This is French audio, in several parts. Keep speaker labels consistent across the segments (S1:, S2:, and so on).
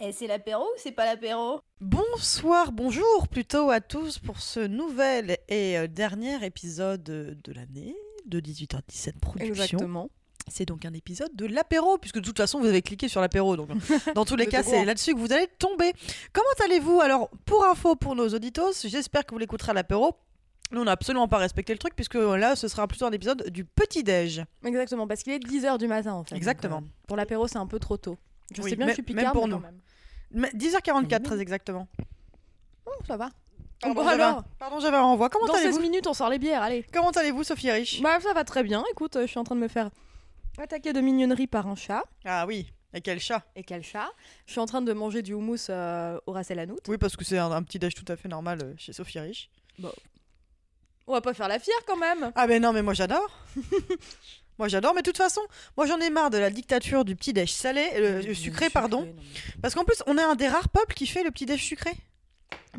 S1: Et Eh, c'est l'apéro ou c'est pas l'apéro
S2: Bonsoir, bonjour plutôt à tous pour ce nouvel et euh, dernier épisode euh, de l'année de 18h17 Productions.
S3: Exactement.
S2: C'est donc un épisode de l'apéro, puisque de toute façon vous avez cliqué sur l'apéro, donc euh, dans tous les
S3: De
S2: cas
S3: gros.
S2: c'est là-dessus que vous allez tomber. Comment allez-vous Alors pour info pour nos auditos, j'espère que vous l'écouterez à l'apéro. Nous on n'a absolument pas respecté le truc, puisque euh, là ce sera plutôt un épisode du petit-déj.
S3: Exactement, parce qu'il est 10h du matin en fait.
S2: Exactement.
S3: Donc, euh, pour l'apéro, c'est un peu trop tôt. Je
S2: Oui,
S3: sais bien que je suis
S2: mais-
S3: picard,
S2: même pour
S3: mais
S2: nous.
S3: quand même.
S2: Mais 10h44
S3: Mhm.
S2: très exactement.
S3: Bon, ça va.
S2: Pardon,
S3: bon
S2: j'avais un-
S3: Oh, bah alors,
S2: Pardon j'avais un renvoi. Comment
S3: dans 16
S2: allez-vous
S3: minutes, on sort les bières, allez.
S2: Comment allez-vous Sophie Rich
S3: Bah, ça va très bien. Écoute, euh, je suis en train de me faire attaquer de mignonnerie par un chat.
S2: Ah oui, et quel chat
S3: Et quel chat Je suis en train de manger du houmous euh, au Ras El Hanout.
S2: Oui, parce que c'est un, un petit déj tout à fait normal euh, chez Sophie Rich.
S3: On va pas faire la fière quand même.
S2: Ah mais non, mais moi j'adore. moi j'adore, mais de toute façon, moi j'en ai marre de la dictature du petit déj salé, euh,
S3: Du
S2: sucré, pardon.
S3: non,
S2: Parce qu'en plus, on est un des rares peuples qui fait le petit déj sucré.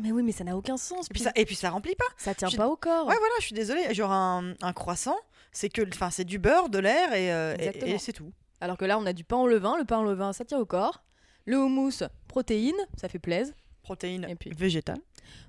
S3: mais- Mais oui, mais ça n'a aucun sens.
S2: Et puis ça, et puis ça remplit pas.
S3: ça tient
S2: je-
S3: pas au corps.
S2: Ouais, voilà, je suis désolée. Genre un, un croissant, c'est que, enfin, c'est du beurre, de l'air et, euh, et-
S3: Exactement.
S2: et c'est tout.
S3: Alors que là, on a du pain au levain. Le pain au levain, ça tient au corps. Le houmous, protéines, ça fait plaisir.
S2: Protéines
S3: Et puis-
S2: végétales.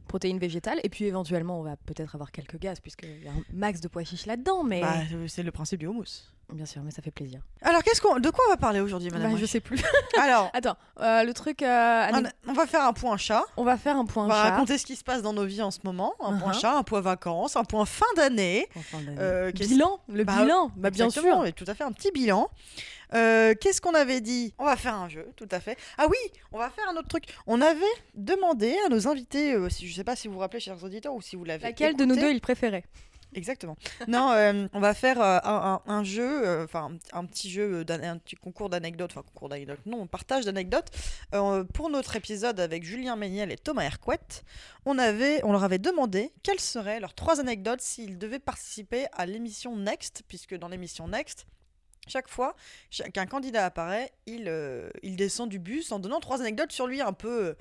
S3: protéines végétales et puis éventuellement on va peut-être avoir quelques gaz puisqu'il y a un max de pois chiches là-dedans mais
S2: Bah, euh, c'est le principe du houmous.
S3: bien sûr mais ça fait plaisir
S2: Alors, qu'est-ce qu'on, de quoi on va parler aujourd'hui, madame
S3: Bah, je
S2: Rich
S3: sais plus
S2: Alors,
S3: attends euh, le truc euh,
S2: un-
S3: anec-
S2: on va faire un point chat.
S3: on va faire un point
S2: Ah, On va
S3: chat
S2: raconter ce qui se passe dans nos vies en ce moment. Un point
S3: Uh-huh.
S2: chat, un point vacances, un point fin d'année.
S3: en fin d'année.
S2: Euh, qu'est-ce-
S3: bilan le
S2: Bah,
S3: bilan bah, bien
S2: Exactement,
S3: sûr
S2: et tout à fait un petit bilan. Euh, Qu'est-ce qu'on avait dit On va faire un jeu, tout à fait. Ah oui, on va faire un autre truc. On avait demandé à nos invités, euh, si- je ne sais pas si vous vous rappelez, chers auditeurs, ou si vous l'avez.
S3: laquelle de
S2: écouté.
S3: nous deux il préférait
S2: Exactement. non, euh, on va faire euh, un, un- un jeu, euh, enfin un, un petit jeu, d'an- un petit concours d'anecdotes, enfin concours d'anecdotes, non, on partage d'anecdotes. Euh, pour notre épisode avec Julien Méniel et Thomas Hercouet, on, avait, on leur avait demandé quelles seraient leurs trois anecdotes s'ils devaient participer à l'émission Next, puisque dans l'émission Next, chaque fois cha- qu'un candidat apparaît, il, euh, il descend du bus en donnant trois anecdotes sur lui un peu...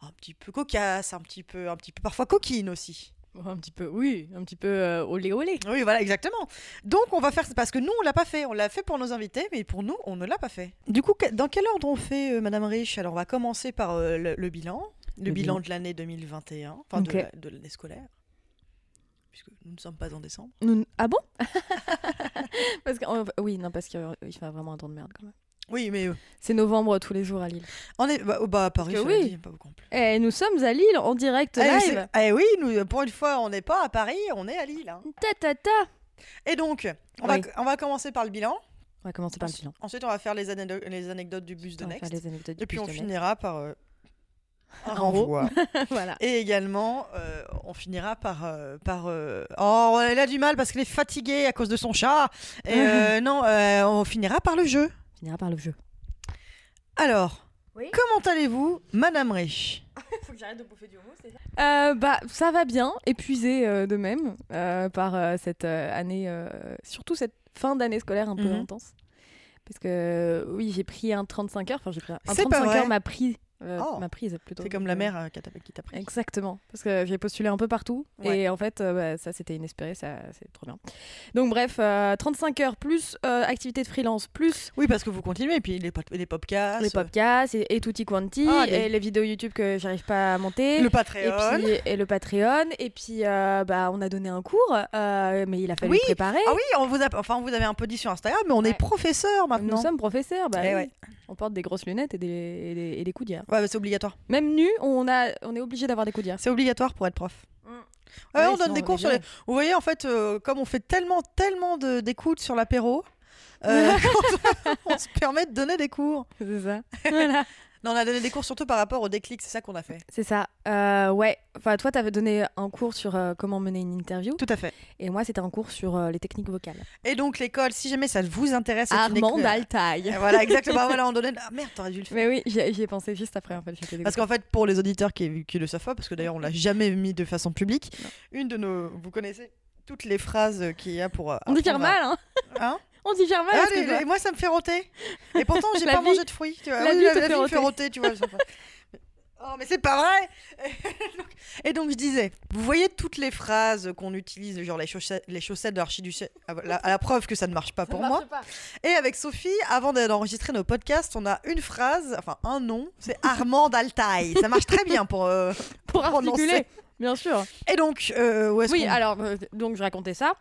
S2: Un petit peu cocasse, un petit peu, un petit peu parfois coquine aussi.
S3: Oh, un petit peu oui un petit peu euh, olé olé
S2: Oui, voilà, exactement. Donc, on va faire. Parce que nous, on l'a pas fait. On l'a fait pour nos invités, mais pour nous, on ne l'a pas fait. Du coup, que- dans quel ordre on fait, euh, Madame Rich Alors, on va commencer par euh, le, le bilan. Le,
S3: Le
S2: bilan
S3: bilan.
S2: de l'année 2021, enfin de
S3: Ok.
S2: la- de l'année scolaire. Puisque nous ne sommes pas en décembre.
S3: Nous- ah bon parce que euh, oui non parce qu'il fait vraiment un temps de merde quand même
S2: Oui, mais. euh,
S3: c'est novembre euh, tous les jours à Lille
S2: on est. Bah, oh, bah, à Paris,
S3: que
S2: cela
S3: oui.
S2: dit, il y a pas beaucoup plus.
S3: et nous sommes à Lille en direct
S2: Eh, mais
S3: live
S2: c'est- eh oui, nous, pour une fois, on n'est pas à Paris, on est à Lille. hein.
S3: ta ta ta
S2: Et donc, on,
S3: Oui.
S2: va, on va commencer par le bilan.
S3: on va commencer par le bilan
S2: Ensuite, on va faire les, ane- les anecdotes du bus de
S3: On va faire
S2: Next.
S3: les anecdotes du
S2: Et puis,
S3: bus
S2: on
S3: de Next.
S2: finira par euh, un
S3: Un
S2: renvoi.
S3: voilà.
S2: Et également, euh, on finira par. euh, par euh, Oh, elle a du mal parce qu'elle est fatiguée à cause de son chat. Et euh, non, euh, on finira par le jeu.
S3: On finira par le jeu.
S2: Alors,
S3: Oui
S2: comment allez-vous, Madame Rich
S3: Faut que j'arrête de bouffer du houmous, c'est ça Bah, ça va bien, épuisée euh, de même euh, par euh, cette euh, année, euh, surtout cette fin d'année scolaire un peu
S2: Mhm.
S3: intense. Parce que, euh, oui, j'ai pris un 35 heures, enfin, j'ai pris un
S2: C'est pas
S3: 35
S2: vrai.
S3: heures m'a pris. euh,
S2: Oh.
S3: m'a prise plutôt.
S2: C'est comme la mère euh, qui t'a qui t'a pris.
S3: Exactement, parce que j'ai postulé un peu partout
S2: Ouais.
S3: et en fait, euh, bah, ça c'était inespéré, ça c'est trop bien. Donc, bref, euh, 35 heures plus euh, activité de freelance, plus
S2: Oui, parce que vous continuez, et puis les, pot- les podcasts,
S3: les podcasts et, et tutti quanti
S2: Ah, les-
S3: et les vidéos YouTube que j'arrive pas à monter
S2: euh, le
S3: et
S2: Patreon.
S3: puis et le Patreon et puis euh, bah on a donné un cours euh, mais il a fallu
S2: Oui.
S3: le préparer
S2: Ah oui, on vous, a, enfin, on vous avait un peu dit sur Instagram, mais on est
S3: Ouais.
S2: professeur
S3: nous
S2: maintenant.
S3: sommes professeurs bah
S2: Eh
S3: oui.
S2: ouais.
S3: on porte des grosses lunettes et des, et des, et des coudières
S2: Ouais, bah, c'est obligatoire.
S3: même nu on a on est obligé d'avoir des coudières
S2: C'est obligatoire pour être prof.
S3: Mm.
S2: Ah Ouais,
S3: Ouais,
S2: on donne
S3: sinon,
S2: des
S3: on
S2: cours
S3: est
S2: sur les.
S3: bien.
S2: Vous voyez, en fait, euh, comme on fait tellement, tellement de- d'écoutes sur l'apéro, euh, quand on se permet de donner des cours.
S3: c'est ça Voilà.
S2: Non, on a donné des cours surtout par rapport au déclic, c'est ça qu'on a fait.
S3: C'est ça. Euh, ouais. Enfin, toi, t'avais donné un cours sur euh, comment mener une interview.
S2: Tout à fait.
S3: Et moi, c'était un cours sur euh, les techniques vocales.
S2: Et donc l'école, si jamais ça vous intéresse, c'est une
S3: Armand
S2: école- Ah
S3: Altaï.
S2: Voilà, exactement. voilà, on donnait. Ah merde, t'aurais dû le faire.
S3: Mais oui, j'y ai j'y ai pensé juste après, en fait. j'étais dégoûtée.
S2: Parce qu'en fait, pour les auditeurs qui, qui le savent pas, parce que d'ailleurs on l'a jamais mis de façon publique, une de nos, vous connaissez toutes les phrases qu'il y a pour. euh,
S3: On dit faire
S2: apprendre à-
S3: mal, hein
S2: Hein
S3: On dit faire mal
S2: Ah,
S3: parce que
S2: les-
S3: je dois-
S2: les- moi ça me fait roter. Et pourtant j'ai
S3: La
S2: pas
S3: vie-
S2: mangé de fruits. Tu vois. Ah
S3: la
S2: Oui,
S3: vie
S2: la,
S3: te
S2: la
S3: fait
S2: vie me fait roter, tu vois. c'est pas- Oh mais c'est pas vrai Et donc je disais, vous voyez toutes les phrases qu'on utilise, genre les chaussettes, les chaussettes de l'archiduchesse, à la, à la preuve que ça ne marche pas pour moi. Et avec Sophie, avant d'a- d'enregistrer nos podcasts, on a une phrase, enfin un nom, c'est Armand Altaï. ça marche très bien pour. euh,
S3: pour
S2: prononcer.
S3: articuler, bien sûr.
S2: Et donc, euh, où est-ce
S3: Oui,
S2: qu'on-
S3: alors, euh, donc je racontais ça.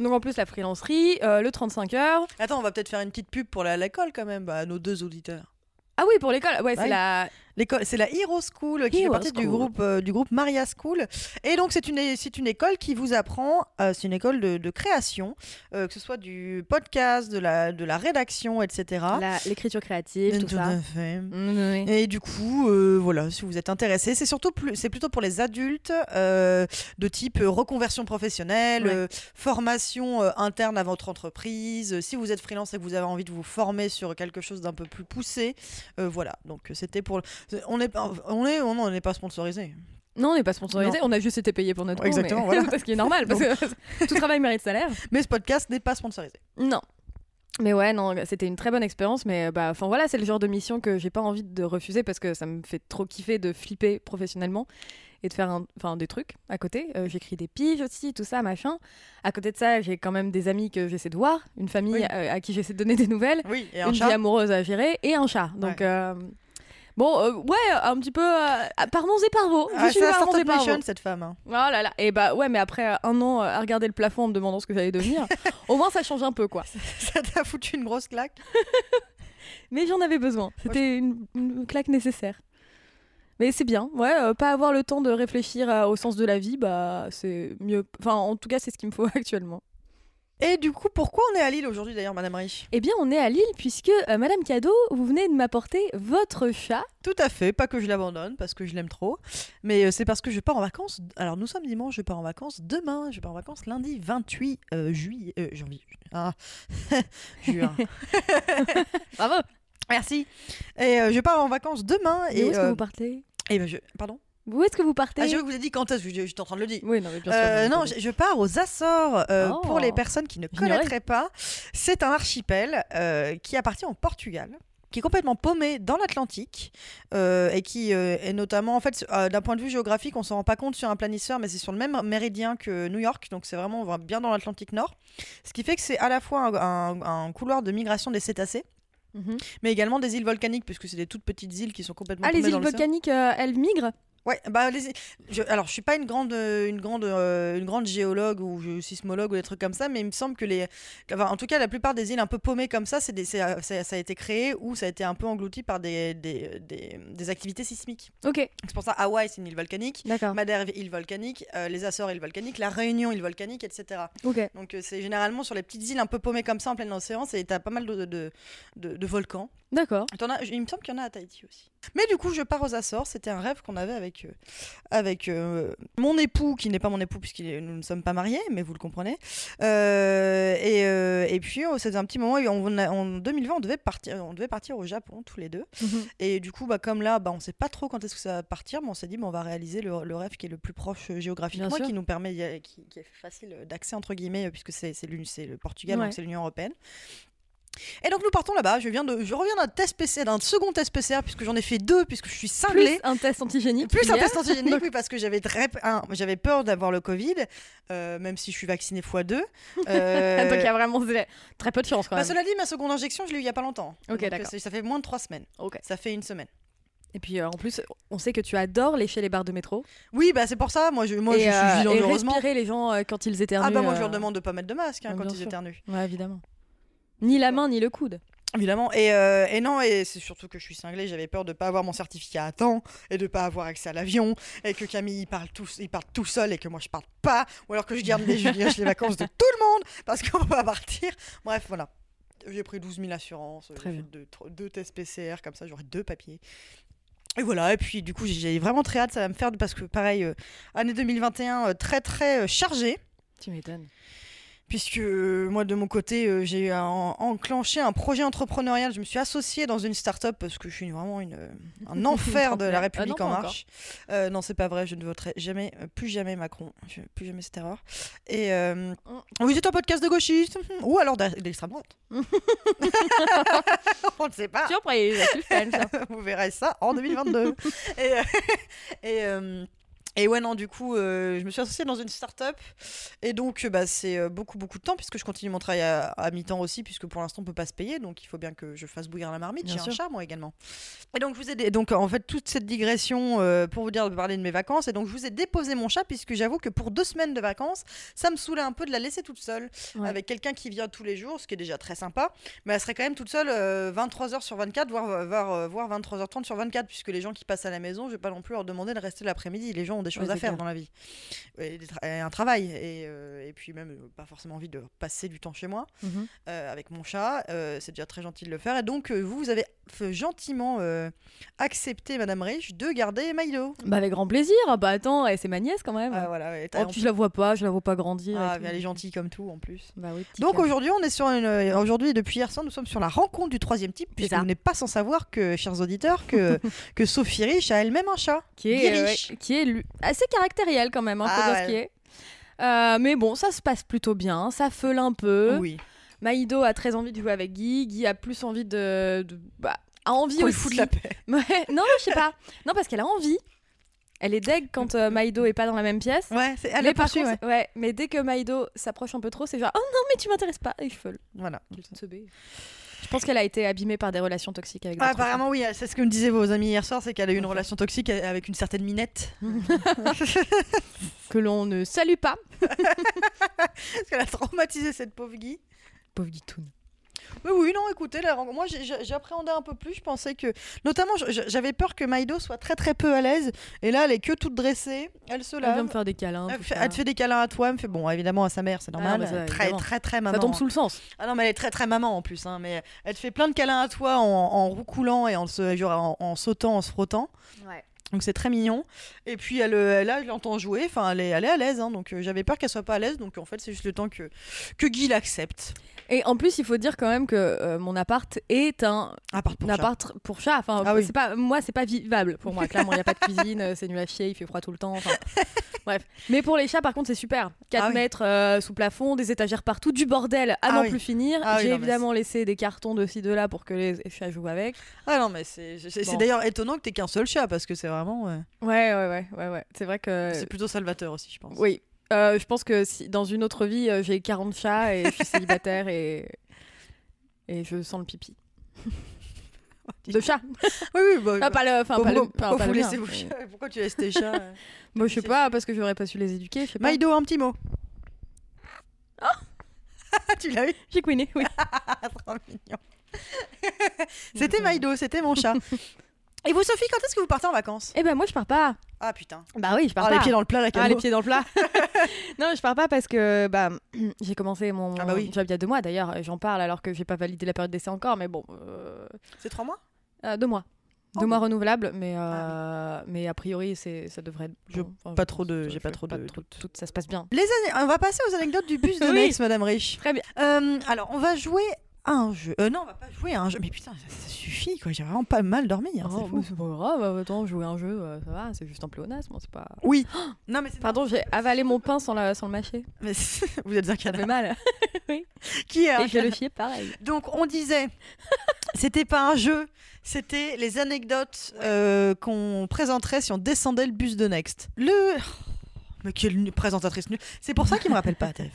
S3: Donc en plus, la freelancerie, euh, le 35 heures.
S2: Attends, on va peut-être faire une petite pub pour la- l'école quand même, bah, à nos deux auditeurs.
S3: Ah oui, pour l'école, ouais,
S2: Ouais.
S3: c'est la...
S2: L'école, c'est la Hero School qui fait
S3: Hero
S2: partie du
S3: School.
S2: groupe euh, du groupe Maria School. Et donc c'est une é- c'est une école qui vous apprend, euh, c'est une école de, de création, euh, que ce soit du podcast, de la de la rédaction, etc.
S3: la- l'écriture créative, tout
S2: Tout
S3: ça.
S2: à fait.
S3: Mm, Ah. oui.
S2: Et du coup, euh, voilà, si vous êtes intéressé, c'est surtout plus, c'est plutôt pour les adultes euh, de type euh, reconversion professionnelle,
S3: Ouais.
S2: euh, formation euh, interne à votre entreprise. euh, si vous êtes freelance et que vous avez envie de vous former sur quelque chose d'un peu plus poussé, euh, voilà. Donc euh, c'était pour, c'est- on est, pas- on est, on n'est pas sponsorisé.
S3: Non, on n'est pas sponsorisé, on a juste été payé pour notre
S2: Ouais,
S3: cours,
S2: exactement,
S3: mais-
S2: voilà.
S3: parce qu'il est normal, parce que tout travail mérite salaire.
S2: Mais ce podcast n'est pas sponsorisé.
S3: Non. Mais ouais, non, c'était une très bonne expérience, mais euh, bah, enfin voilà, c'est le genre de mission que j'ai pas envie de refuser parce que ça me fait trop kiffer de flipper professionnellement et de faire un- enfin des trucs à côté. Euh, J'écris des piges aussi, tout ça, machin. À côté de ça, j'ai quand même des amis que j'essaie de voir, une famille
S2: Oui.
S3: euh, à qui j'essaie de donner des nouvelles,
S2: Oui. Et un
S3: une
S2: chat.
S3: vie amoureuse à gérer et un chat. Donc euh, bon, euh, ouais, un petit peu euh, parmons et parvaux.
S2: Ah,
S3: Je
S2: c'est
S3: suis
S2: la
S3: parmons et
S2: startup
S3: parvaux.
S2: nation cette femme. hein.
S3: Oh là là. Et bah ouais, mais après euh, un an euh, à regarder le plafond en me demandant ce que j'allais devenir, au moins ça change un peu quoi.
S2: Ça t'a foutu une grosse claque.
S3: Mais j'en avais besoin. C'était une, une claque nécessaire. Mais c'est bien, ouais, euh, pas avoir le temps de réfléchir à- au sens de la vie, bah c'est mieux. Enfin, en tout cas, c'est ce qu'il me faut actuellement.
S2: Et du coup, pourquoi on est à Lille aujourd'hui d'ailleurs, Madame Rich
S3: Eh bien, on est à Lille puisque euh, Madame Cadeau, vous venez de m'apporter votre chat.
S2: Tout à fait, pas que je l'abandonne parce que je l'aime trop, mais euh, c'est parce que je pars en vacances. Alors nous sommes dimanche, je pars en vacances demain, je pars en vacances lundi 28 euh, juillet. euh, janvier. Ah, juin.
S3: Bravo.
S2: Merci. Et euh, je pars en vacances demain
S3: Et
S2: et,
S3: où est-ce que
S2: euh,
S3: vous partez
S2: et ben je pardon.
S3: Où est-ce que vous partez
S2: Ah, je vous ai dit quand est-ce que je- j'étais en train de le dire.
S3: Oui, non, mais bien sûr.
S2: Euh,
S3: vous
S2: non,
S3: m'avez
S2: je, je pars aux Açores. euh,
S3: Oh.
S2: Pour les personnes qui ne
S3: J'ignorais.
S2: connaîtraient pas, c'est un archipel euh, qui appartient au Portugal qui est complètement paumé dans l'Atlantique euh, et qui euh, est notamment en fait euh, d'un point de vue géographique on s'en rend pas compte sur un planisphère mais c'est sur le même méridien que New York donc c'est vraiment on va bien dans l'Atlantique Nord ce qui fait que c'est à la fois un- un- un couloir de migration des cétacés
S3: dit. Mhm.
S2: mais également des îles volcaniques puisque c'est des toutes petites îles qui sont complètement
S3: Ah, les
S2: paumées
S3: îles
S2: dans l'océan.
S3: volcaniques, euh, elles migrent
S2: Ouais, bah les- je- alors je suis pas une grande, euh, une grande, euh, une grande géologue ou je- sismologue ou des trucs comme ça, mais il me semble que les, enfin, en tout cas la plupart des îles un peu paumées comme ça, c'est des- c'est, euh, c'est- ça a été créé ou ça a été un peu englouti par des, des, des- des activités sismiques.
S3: Ok, Bah,
S2: C'est pour ça Hawaï c'est une île volcanique,
S3: d'accord.
S2: Madère île volcanique, euh, les Açores île volcanique, la Réunion île volcanique, etc.
S3: Ok.
S2: Donc euh, c'est généralement sur les petites îles un peu paumées comme ça en plein océan, c'est t'as pas mal de- de- de, de volcans.
S3: D'accord.
S2: T'en as- il me semble qu'il y en a à Tahiti aussi. Mais du coup, je pars aux Açores. C'était un rêve qu'on avait avec, euh, avec euh, mon époux, qui n'est pas mon époux puisque nous ne sommes pas mariés, mais vous le comprenez. Euh, et, euh, et puis, on- c'était un petit moment. et on- en 2020, on devait, partir, on devait partir au Japon, tous les deux.
S3: Mhm.
S2: Et du coup, bah, comme là, bah, on ne sait pas trop quand est-ce que ça va partir, mais on s'est dit, bah, on va réaliser le, le rêve qui est le plus proche euh, géographiquement,
S3: Bien
S2: et
S3: sûr.
S2: qui nous permet, d'y aller- qui, qui est facile euh, d'accès, entre guillemets, puisque c'est c'est l'Uni- c'est le Portugal,
S3: Ouais.
S2: donc c'est l'Union Européenne. Et donc nous partons là-bas, je, viens de, je reviens d'un test PCR, d'un second test PCR, puisque j'en ai fait deux, puisque je suis cinglée.
S3: Plus un test antigénique.
S2: Plus un
S3: hier.
S2: test antigénique, oui, parce que j'avais très, un, j'avais peur d'avoir le Covid, euh, même si je suis vaccinée x2.
S3: Ah, Donc il y a vraiment zé- très peu de chance quand
S2: euh, Bah,
S3: même.
S2: cela dit, ma seconde injection, je l'ai eu il y a pas longtemps.
S3: Ok,
S2: Donc, euh,
S3: d'accord.
S2: c'est- Ça fait moins de trois semaines.
S3: Ok.
S2: Ça fait une semaine.
S3: Et puis euh, en plus, on sait que tu adores lécher les barres de métro
S2: Oui, bah c'est pour ça. Moi, je, moi,
S3: et,
S2: je
S3: euh,
S2: suis
S3: et
S2: vivante, heureusement.
S3: respirer les gens euh, quand ils éternuent.
S2: Ah bah moi, je
S3: euh,
S2: leur demande de pas mettre de masque hein,
S3: Ouais,
S2: quand
S3: bien
S2: ils
S3: sûr.
S2: éternuent.
S3: Ouais, évidemment. Ni la main ni le coude.
S2: Évidemment. Et, euh, et non, et c'est surtout que je suis cinglée. J'avais peur de pas avoir mon certificat à temps et de pas avoir accès à l'avion et que Camille il parle tout, il part tout seul et que moi je parte pas ou alors que je garde les, je gâche les vacances de tout le monde parce qu'on va partir. Bref, voilà. J'ai pris 12 000 assurances, j'ai
S3: Très
S2: fait
S3: bien.
S2: deux, trois- deux tests PCR, comme ça j'aurai deux papiers. Et voilà, et puis du coup j'ai vraiment très hâte, ça va me faire, parce que pareil, euh, année 2021 euh, très très euh, chargée,
S3: Tu m'étonnes.
S2: puisque euh, moi de mon côté euh, j'ai euh, en- enclenché un projet entrepreneurial, je me suis associée dans une start-up parce que je suis vraiment une, euh, un enfer de la
S3: trentenaire.
S2: République
S3: Ah non,
S2: en
S3: pas
S2: marche. Euh, non, c'est pas vrai, je ne voterai jamais, euh, plus jamais Macron, Je- plus jamais cette erreur. Et euh, oui, c'est un podcast de gauchiste, ou alors d'a- d'extrême droite. On ne sait pas.
S3: Ah. Surprise, suspense.
S2: Vous verrez ça en 2022. et, euh, et, euh, et ouais, non, du coup, euh, je me suis associée dans une start-up. Et donc, euh, bah, c'est euh, beaucoup, beaucoup de temps, puisque je continue mon travail à, à mi-temps aussi, puisque pour l'instant, on peut pas se payer. Donc, il faut bien que je fasse bouillir la marmite.
S3: Bien
S2: J'ai un
S3: sûr.
S2: chat, moi également. Et donc, je vous ai dé- donc, en fait, toute cette digression euh, pour vous dire de parler de mes vacances. Et donc, je vous ai déposé mon chat, puisque j'avoue que pour deux semaines de vacances, ça me saoulait un peu de la laisser toute seule
S3: Ouais.
S2: avec quelqu'un qui vient tous les jours, ce qui est déjà très sympa, mais elle serait quand même toute seule 23h sur 24, voire, voire, euh, voire 23h30 sur 24, puisque les gens qui passent à la maison, je vais pas non plus leur demander de rester l'après-midi. Les gens ont des choses
S3: Ouais,
S2: à
S3: c'est
S2: faire
S3: clair.
S2: dans la vie, et, des tra- et un travail, et, euh, et puis même euh, pas forcément envie de passer du temps chez moi
S3: Mhm.
S2: euh, avec mon chat. euh, c'est déjà très gentil de le faire. Et donc, euh, vous, vous avez f- gentiment euh, accepté, Madame Rich, de garder Maïdo.
S3: Bah avec grand plaisir. Ah Bah attends, eh, c'est ma nièce quand même.
S2: Ah, voilà, et
S3: Oh,
S2: t'as-
S3: puis je la vois pas, je la vois pas grandir. et
S2: Ah,
S3: tout.
S2: mais elle est gentille comme tout en plus.
S3: Bah oui, petit
S2: Donc
S3: cœur.
S2: aujourd'hui, on est sur une. euh, Aujourd'hui, depuis hier soir, nous sommes sur la rencontre du troisième type, puisque
S3: ça.
S2: vous n'êtes pas sans savoir que, chers auditeurs, que, que Sophie Rich a elle-même un chat.
S3: qui est, euh,
S2: Guiriche.
S3: ouais, qui est lu- assez caractériel quand même, hein, faut
S2: Ah
S3: dire ce qui est. Euh, mais bon, ça se passe plutôt bien, ça feule un peu.
S2: oui.
S3: Maïdo a très envie de jouer avec Guy, Guy a plus envie de, de- bah, a envie
S2: Qu'on lui
S3: aussi.
S2: foute la paix.
S3: Ouais, non, je sais pas. Non, parce qu'elle a envie. Elle est deg quand euh, Maïdo est pas dans la même pièce.
S2: Ouais, c'est- elle
S3: mais
S2: est
S3: par
S2: poursuit, ouais.
S3: contre, ouais, mais dès que Maïdo s'approche un peu trop, c'est genre oh non mais tu m'intéresses pas et feule.
S2: Voilà.
S3: Je pense qu'elle a été abîmée par des relations toxiques avec.
S2: Ah,
S3: d'autres
S2: apparemment, oui, c'est ce que me disaient vos amis hier soir, c'est qu'elle a eu une
S3: Enfin.
S2: relation toxique avec une certaine minette.
S3: femmes. que l'on ne salue pas.
S2: Parce qu'elle a traumatisé cette pauvre Guy.
S3: Pauvre Guitoun.
S2: Oui, oui, non, écoutez, la rencontre- moi j'ai- j'ai- j'appréhendais un peu plus, je pensais que. Notamment, je- je- j'avais peur que Maïdo soit très très peu à l'aise, et là, elle est que toute dressée, elle se
S3: Elle vient
S2: lave.
S3: me faire des câlins.
S2: Oh Elle,
S3: tout
S2: fait-
S3: ça.
S2: elle te fait des câlins à toi, elle me fait bon, évidemment à sa mère, c'est
S3: Ah,
S2: normal.
S3: bah, ça,
S2: très,
S3: évidemment.
S2: très très maman.
S3: Ça tombe sous le sens.
S2: Ah non, mais elle est très très maman en plus, hein, mais elle te fait plein de câlins à toi en, en roucoulant et en, se, genre, en, en sautant, en se frottant. Donc c'est très mignon. Et puis elle, euh, là, je l'entends jouer, enfin elle est, elle est à l'aise, hein, donc euh, j'avais peur qu'elle soit pas à l'aise, donc en fait c'est juste le temps que, que Guy l'accepte.
S3: Et en plus, il faut dire quand même que euh, mon appart est un,
S2: À part pour
S3: un
S2: ça.
S3: appart pour chat. Enfin,
S2: Ah oui.
S3: c'est pas, moi, c'est pas vivable pour moi. Clairement, il n'y a pas de cuisine, euh, c'est nul à chier, il fait froid tout le temps. enfin, bref. Mais pour les chats, par contre, c'est super. 4
S2: Ah oui.
S3: mètres euh, sous plafond, des étagères partout, du bordel à
S2: Ah
S3: n'en
S2: oui.
S3: plus finir.
S2: Ah oui,
S3: J'ai
S2: non, mais
S3: évidemment laissé des cartons de ci, de là pour que les chats jouent avec.
S2: Ah non, mais c'est c'est- c'est
S3: Bon.
S2: d'ailleurs étonnant que t'aies qu'un seul chat, parce que c'est vraiment. euh,
S3: Ouais, ouais, ouais. ouais, ouais. C'est vrai que.
S2: c'est plutôt salvateur aussi, je pense.
S3: Euh. Oui. Euh, je pense que si, dans une autre vie, euh, j'ai 40 chats et je suis célibataire et, et je sens le pipi. De chat.
S2: oui, oui, bah,
S3: Oh, Ah, pas le, enfin,
S2: pourquoi,
S3: pas le-
S2: pourquoi
S3: enfin, pas
S2: vous
S3: le
S2: laissez
S3: mien,
S2: vos
S3: mais-
S2: chats Pourquoi tu laisses tes chats euh
S3: Moi, je sais pas, parce que j'aurais pas su les éduquer. Je sais pas.
S2: Maïdo, un petit mot.
S3: Oh.
S2: tu l'as eu
S3: J'ai couiné, oui.
S2: Trop mignon. C'était Maïdo, c'était mon chat. Et vous, Sophie, quand est-ce que vous partez en vacances
S3: Eh ben, moi, je pars pas.
S2: Ah putain.
S3: Bah oui, je pars
S2: Ah,
S3: pas.
S2: les pieds dans le plat, la
S3: Ah,
S2: calo.
S3: les pieds dans le plat. non, je pars pas parce que bah, j'ai commencé mon
S2: Ah bah oui.
S3: job il y a deux mois d'ailleurs. J'en parle alors que j'ai pas validé la période d'essai encore, mais bon, euh,
S2: C'est trois mois
S3: euh, deux mois.
S2: Oh.
S3: Deux mois renouvelables, mais, euh,
S2: Ah
S3: mais a priori, c'est, ça devrait être.
S2: Je-
S3: bon. Enfin,
S2: pas
S3: je
S2: trop
S3: pense,
S2: de-
S3: euh,
S2: j'ai
S3: je-
S2: pas trop de
S3: Tout, tout- ça se passe bien.
S2: Les années- On va passer aux anecdotes du bus de
S3: Oui.
S2: Nex, Madame Rich.
S3: Très bien.
S2: Euh, alors, on va jouer à un jeu. Euh, non, on va pas jouer à un jeu. Mais putain, ça, ça suffit, quoi. J'ai vraiment pas mal dormi. hein, c'est
S3: Oh,
S2: fou.
S3: mais c'est pas grave, attends, jouer à un jeu, euh, ça va, c'est juste un pléonasme, c'est pas.
S2: Oui. non, mais c'est.
S3: Pardon, j'ai avalé mon pain sans, la- sans le mâcher.
S2: mais c'est- Vous êtes un
S3: Ça fait
S2: canard.
S3: mal.
S2: Qui est un
S3: Et je le chier pareil.
S2: Donc on disait, c'était pas un jeu, c'était les anecdotes euh, qu'on présenterait si on descendait le bus de Next. Le oh, mais quelle nu- présentatrice nulle. C'est pour ça qu'il me rappelle pas à TF1.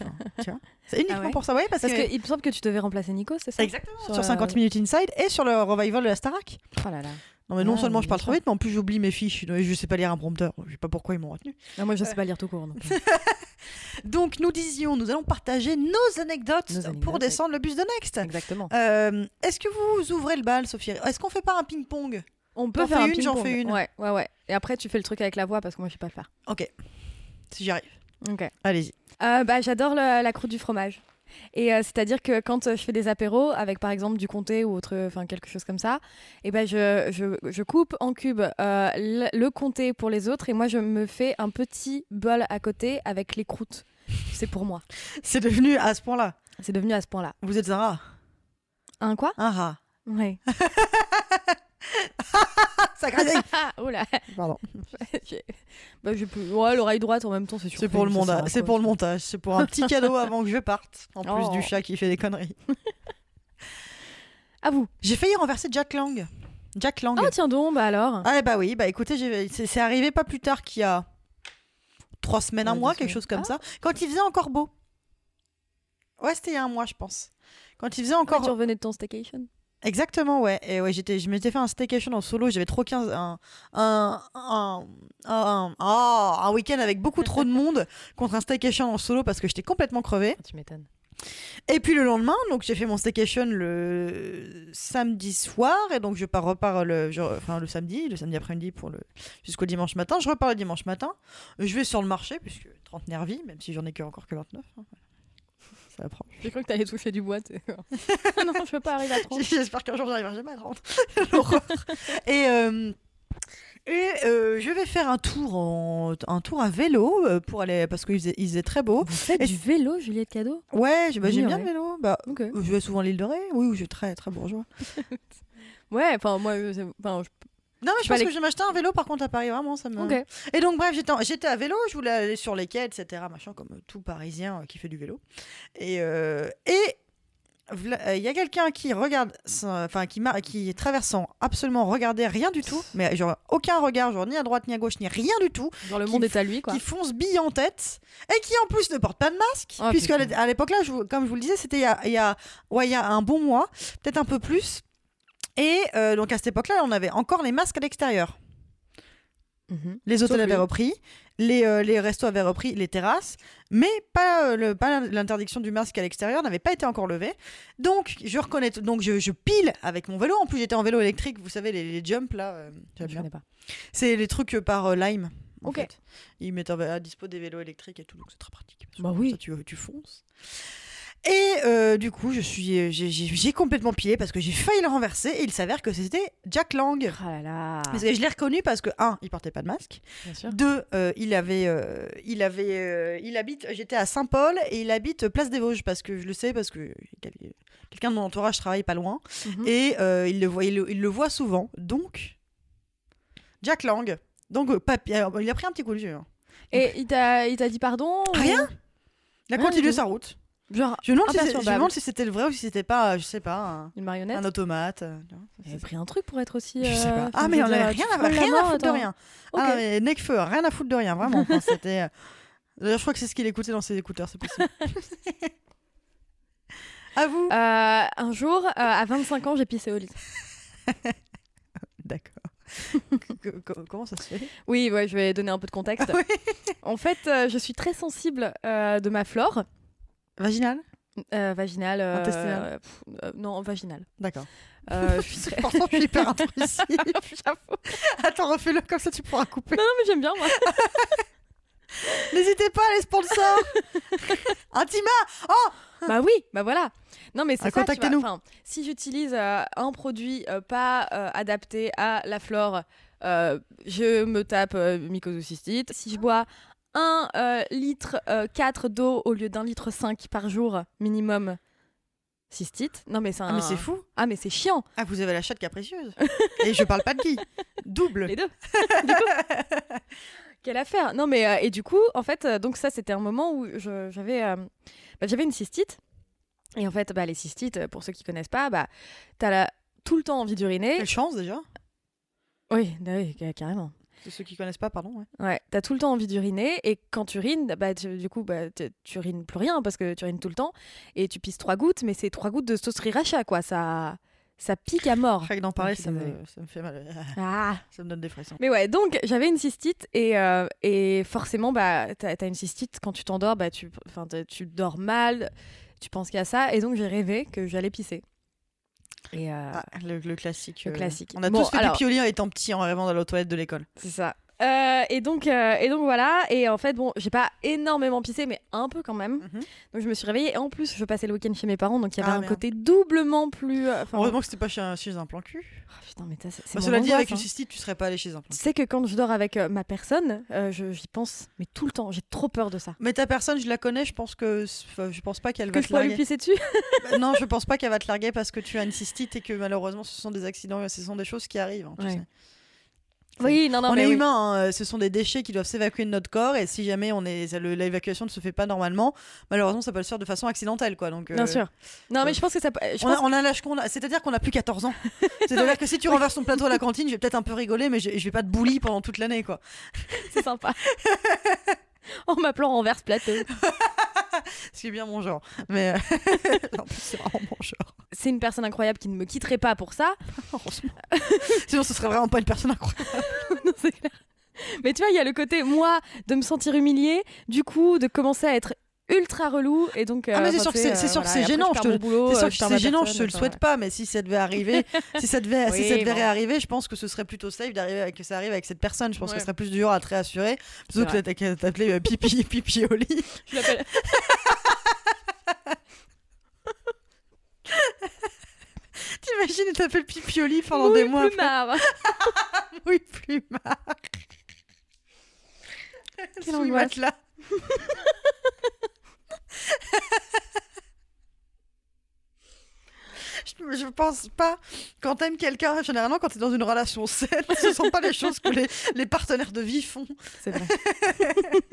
S2: tu vois C'est uniquement
S3: Ah ouais
S2: pour ça, vous voyez, parce,
S3: Parce
S2: que,
S3: qu'il me semble que tu devais remplacer Nico, c'est ça
S2: exactement sur,
S3: sur, euh,
S2: 50 minutes inside et sur le revival de la Starac.
S3: Oh là là.
S2: Non mais non
S3: Ah,
S2: seulement
S3: mais
S2: je parle
S3: bien
S2: trop
S3: sûr.
S2: vite, mais en plus j'oublie mes fiches. Je sais pas lire un prompteur. Je sais pas pourquoi ils m'ont retenu.
S3: Non, moi, je
S2: Euh.
S3: sais pas lire tout court. donc. euh,
S2: Donc nous disions, nous allons partager nos anecdotes,
S3: Nos anecdotes,
S2: pour
S3: ouais.
S2: descendre le bus de Next.
S3: Exactement.
S2: Euh, Est-ce que vous ouvrez le bal, Sophie Est-ce qu'on fait pas un ping-pong
S3: On peut
S2: T'en
S3: faire
S2: fais
S3: un
S2: une, j'en
S3: ping-pong.
S2: fais une.
S3: Ouais, ouais, ouais. Et après, tu fais le truc avec la voix parce que moi, je sais pas le faire.
S2: Ok, si j'y arrive.
S3: Ok.
S2: Allez-y.
S3: Euh, bah, j'adore le- la croûte du fromage. Et euh, c'est-à-dire que quand euh, je fais des apéros avec par exemple du comté ou autre, euh, enfin quelque chose comme ça, et ben je, je, je coupe en cubes euh, le, le comté pour les autres et moi je me fais un petit bol à côté avec les croûtes. C'est pour moi.
S2: C'est devenu à ce point-là.
S3: C'est devenu à ce point-là.
S2: Vous êtes un rat.
S3: Un quoi
S2: Un rat.
S3: Ouais.
S2: Ça grésille.
S3: Ah, oula.
S2: Pardon.
S3: J'ai- bah, j'ai plus- Ouais, l'oreille droite en même temps, c'est
S2: C'est pour le montage. C'est pour le montage. C'est pour un petit cadeau avant que je parte. En plus
S3: Oh.
S2: du chat qui fait des conneries.
S3: À vous.
S2: J'ai failli renverser Jack Lang. Jack Lang.
S3: Oh tiens donc, bah alors.
S2: Ah bah oui, bah écoutez, j'ai- c'est c'est arrivé pas plus tard qu'il y a trois semaines, un
S3: Ouais,
S2: mois,
S3: deux
S2: quelque
S3: semaines.
S2: chose comme
S3: Ah.
S2: ça, quand il faisait encore beau. Ouais, c'était il y a un mois, je pense. Quand il faisait encore
S3: Quand tu revenais de ton staycation.
S2: Exactement, ouais. Et ouais, j'étais, je m'étais fait un staycation en solo. J'avais trop 15. Un, un, un, un- ah, un week-end avec beaucoup trop de monde contre un staycation en solo parce que j'étais complètement crevée.
S3: Tu m'étonnes.
S2: Et puis le lendemain, donc j'ai fait mon staycation le samedi soir. Et donc je pars, repars le, je- enfin, le samedi, le samedi après-midi pour le, jusqu'au dimanche matin. Je repars le dimanche matin. Je vais sur le marché, puisque 30 nervis, même si j'en ai que encore que 29. hein, voilà. Ça apprend.
S3: J'ai cru que t'allais toucher du bois. t'es- non, je peux pas arriver à 30.
S2: J'espère qu'un jour j'arriverai jamais à 30. L'horreur. et euh, et euh, je vais faire un tour en un tour à vélo euh, pour aller parce qu'il faisait, il faisait très beau.
S3: Vous faites
S2: Et-
S3: du vélo, Juliette Cadeau
S2: Ouais, je- bah,
S3: Oui,
S2: j'aime bien
S3: ouais.
S2: le vélo. Bah,
S3: Ok.
S2: je vais souvent à l'île de Ré. Oui, oui, je suis très très bourgeois.
S3: Ouais, enfin moi, euh, c'est- enfin, je- hein.
S2: Non, mais je
S3: Tu vas
S2: pense
S3: aller-
S2: que je vais m'acheter un vélo par contre à Paris vraiment ça me.
S3: ok.
S2: Et donc bref, j'étais en- j'étais à vélo, je voulais aller sur les quais, etc. Machin comme tout Parisien euh, qui fait du vélo. Et euh, et v'là- euh, il y a quelqu'un qui regarde, sans- enfin qui mar- qui traverse sans absolument regarder rien du tout, mais genre aucun regard, genre ni à droite ni à gauche ni rien du tout,
S3: Genre le
S2: Qui
S3: monde
S2: f-
S3: est à lui quoi.
S2: qui fonce bille en tête et qui en plus ne porte pas de masque,
S3: Oh,
S2: puisque à l'é-
S3: putain.
S2: à l'époque là, je vous- comme je vous le disais, c'était il y a, il y a- ouais, il y a un bon mois, peut-être un peu plus. Et euh, donc à cette époque-là, on avait encore les masques à l'extérieur.
S3: Mhm.
S2: Les hôtels
S3: Sauf
S2: avaient
S3: lui.
S2: repris, les, euh, les restos avaient repris, les terrasses, mais pas euh, le- pas l'interdiction du masque à l'extérieur n'avait pas été encore levée. Donc je reconnais, t- donc je, je pile avec mon vélo. En plus j'étais en vélo électrique, vous savez les, les jumps là, euh, j'aime
S3: Je
S2: bien.
S3: connais pas.
S2: c'est les trucs euh, par euh, Lime. En
S3: Ok.
S2: fait. Ils mettent à à dispo des vélos électriques et tout, donc c'est très pratique. Parce que
S3: Bah
S2: comme
S3: oui.
S2: ça, tu, tu fonces. Et euh, du coup, je suis, euh, j'ai- j'ai j'ai complètement pilé parce que j'ai failli le renverser et il s'avère que c'était Jack Lang.
S3: Ah là là.
S2: Parce que je l'ai reconnu parce que, un, il portait pas de masque.
S3: Bien sûr.
S2: Deux, euh, il avait, euh, il avait, euh, il habite. J'étais à Saint-Paul et il habite Place des Vosges parce que je le sais parce que quel- quelqu'un de mon entourage travaille pas loin
S3: Mhm.
S2: et euh, il le voit, il le, il le voit souvent. Donc Jack Lang. Donc euh, papy- euh, il a pris un petit coup de jeu. hein.
S3: Et il t'a il t'a dit pardon ou-
S2: Rien. Il a
S3: Ah Rien
S2: continué
S3: du tout.
S2: sa route.
S3: Genre
S2: Je me demande si c'est- je me
S3: Imperturbable.
S2: demande si c'était le vrai ou si c'était pas, euh, je sais pas, un,
S3: une marionnette.
S2: un automate. euh, tu vois,
S3: Il avait pris un truc pour être aussi.
S2: Je sais
S3: euh,
S2: pas.
S3: enfin,
S2: Ah
S3: je
S2: mais
S3: veux
S2: on
S3: dire,
S2: a rien
S3: tu
S2: à,
S3: te frôles la
S2: rien à
S3: mort,
S2: foutre de
S3: attends.
S2: rien.
S3: Ok.
S2: Ah, mais Necfeu, rien à foutre de rien, vraiment. Enfin, c'était. euh, D'ailleurs, je crois que c'est ce qu'il écoutait dans ses écouteurs, c'est possible. Ah, à vous.
S3: Euh, un jour, euh, à 25 ans, j'ai pissé au lit.
S2: D'accord. Que- que- Comment ça se fait
S3: Oui, ouais, je vais donner un peu de contexte. En fait, euh, je suis très sensible euh, de ma flore
S2: Vaginal
S3: euh, vaginale. euh,
S2: Intestinale.
S3: pff, euh, non, vaginale.
S2: D'accord.
S3: Euh, je suis très.
S2: Pourtant, je suis hyper intrusive.
S3: J'avoue.
S2: Attends, refais-le comme ça, tu pourras couper.
S3: Non, non, mais j'aime bien moi.
S2: N'hésitez pas, les sponsors Intima Oh
S3: bah oui, bah voilà. Non, mais c'est ça. tu vois.
S2: Contactez-nous.
S3: Enfin, si j'utilise euh, un produit euh, pas euh, adapté à la flore, euh, je me tape euh, mycosocystite. Si je bois 1 litre euh, 4 d'eau au lieu d'un litre 5 par jour minimum, cystite. Non, mais c'est
S2: Ah,
S3: un-
S2: mais c'est fou
S3: Ah, mais c'est chiant.
S2: Ah, vous avez la chatte capricieuse Et je parle pas de qui Double
S3: Les deux. Du coup. Quelle affaire Non mais euh, et du coup en fait euh, donc ça c'était un moment où je- j'avais euh, bah, j'avais une cystite et en fait bah, les cystites euh, pour ceux qui connaissent pas bah t'as la- tout le temps envie d'uriner.
S2: Quelle chance déjà
S3: Oui, Ah, bah oui ca- carrément.
S2: De ceux qui connaissent pas, pardon. ouais.
S3: Ouais, t'as tout le temps envie d'uriner et quand tu urines bah tu- du coup bah tu tu urines plus rien parce que tu urines tout le temps et tu pisses trois gouttes mais c'est trois gouttes de sauce sriracha quoi ça ça pique à mort.
S2: Rien que d'en parler,
S3: je suis
S2: ça me,
S3: désolée.
S2: ça me fait mal.
S3: Ah
S2: Ça me donne des frissons.
S3: Mais ouais, donc j'avais une cystite et, euh, et forcément, bah, t'as as une cystite, quand tu t'endors, bah, tu, enfin, t'as- tu dors mal, tu penses qu'il y a ça, et donc j'ai rêvé que j'allais pisser. Et euh,
S2: Ah, le, le classique.
S3: le
S2: euh,
S3: classique.
S2: On a
S3: Bon,
S2: tous fait
S3: alors-
S2: pipi au lit en étant petit en rêvant d'aller aux toilettes de l'école.
S3: c'est ça. Euh, et, donc, euh, et donc voilà, et en fait, bon, j'ai pas énormément pissé, mais un peu quand même.
S2: Mhm.
S3: Donc je me suis réveillée, et en plus, je passais le week-end chez mes parents, donc il y avait
S2: Ah,
S3: un
S2: merde.
S3: côté doublement plus. euh, Enfin,
S2: Heureusement que c'était pas chez un, chez un plan cul.
S3: oh, putain, mais ça, c'est c'est
S2: Bah,
S3: mon
S2: cela dit, avec
S3: angoisse,
S2: une
S3: hein.
S2: cystite, tu serais pas allé chez un plan
S3: Tu
S2: cul.
S3: sais que quand je dors avec euh, ma personne, euh, je- j'y pense, mais tout le temps, j'ai trop peur de ça.
S2: Mais ta personne, je la connais, je pense que enfin, je pense pas qu'elle va
S3: Que je
S2: te
S3: pourrais lui
S2: larguer.
S3: pisser dessus
S2: Bah, non, je pense pas qu'elle va te larguer parce que tu as une cystite et que malheureusement, ce sont des accidents, ce sont des choses qui arrivent. hein, tu
S3: Ouais.
S2: sais.
S3: Oui, non, non,
S2: on
S3: mais
S2: est
S3: oui.
S2: humain, hein, euh, ce sont des déchets qui doivent s'évacuer de notre corps et si jamais on est ça- le- l'évacuation ne se fait pas normalement, malheureusement ça peut se faire de façon accidentelle quoi. Donc euh,
S3: Bien sûr. Non,
S2: euh,
S3: mais je pense que ça. peut- Je
S2: on,
S3: pense
S2: a, on a l'âge qu'on a, c'est-à-dire qu'on a plus 14 ans. C'est-à-dire que si tu renverses ton plateau à la cantine, je vais peut-être un peu rigoler, mais je, je vais pas te bully pendant toute l'année quoi.
S3: que c'est sympa. en m'appelant renverse plateau.
S2: C'est bien mon genre, mais euh, en plus, c'est vraiment mon genre.
S3: C'est une personne incroyable qui ne me quitterait pas pour ça.
S2: Heureusement. Sinon ce serait vraiment pas une personne incroyable.
S3: Non, c'est clair. Mais tu vois, il y a le côté, moi, de me sentir humiliée, du coup, de commencer à être ultra relou. et donc
S2: Ah, mais
S3: euh,
S2: c'est
S3: enfin,
S2: sûr que
S3: tu
S2: c'est-
S3: sais,
S2: c'est
S3: euh,
S2: sûr que
S3: voilà,
S2: c'est
S3: et après,
S2: gênant,
S3: je
S2: je
S3: perds
S2: te-
S3: mon boulot,
S2: C'est
S3: euh,
S2: sûr que
S3: je perds
S2: c'est
S3: ma
S2: gênant, je
S3: personne,
S2: te le
S3: enfin,
S2: souhaite pas, mais si ça devait arriver, si ça devait, si
S3: Oui,
S2: ça devait
S3: bon.
S2: arriver, je pense que ce serait plutôt safe d'arriver avec, que ça arrive avec cette personne. Je pense que
S3: Ouais.
S2: ce serait plus dur à te réassurer
S3: C'est
S2: plutôt que
S3: vrai.
S2: de t'a- t'appeler euh, pipi pipi au lit.
S3: Je l'appelle-
S2: T'imagines, elle t'appelle pipi au lit pendant
S3: Oui,
S2: des mois.
S3: plus marre.
S2: après. Oui, plus marre. Sous le
S3: angoisse.
S2: matelas. Je, je pense pas. Quand t'aimes quelqu'un, généralement, quand t'es dans une relation saine, ce sont pas les choses que les, les partenaires de vie font.
S3: C'est vrai.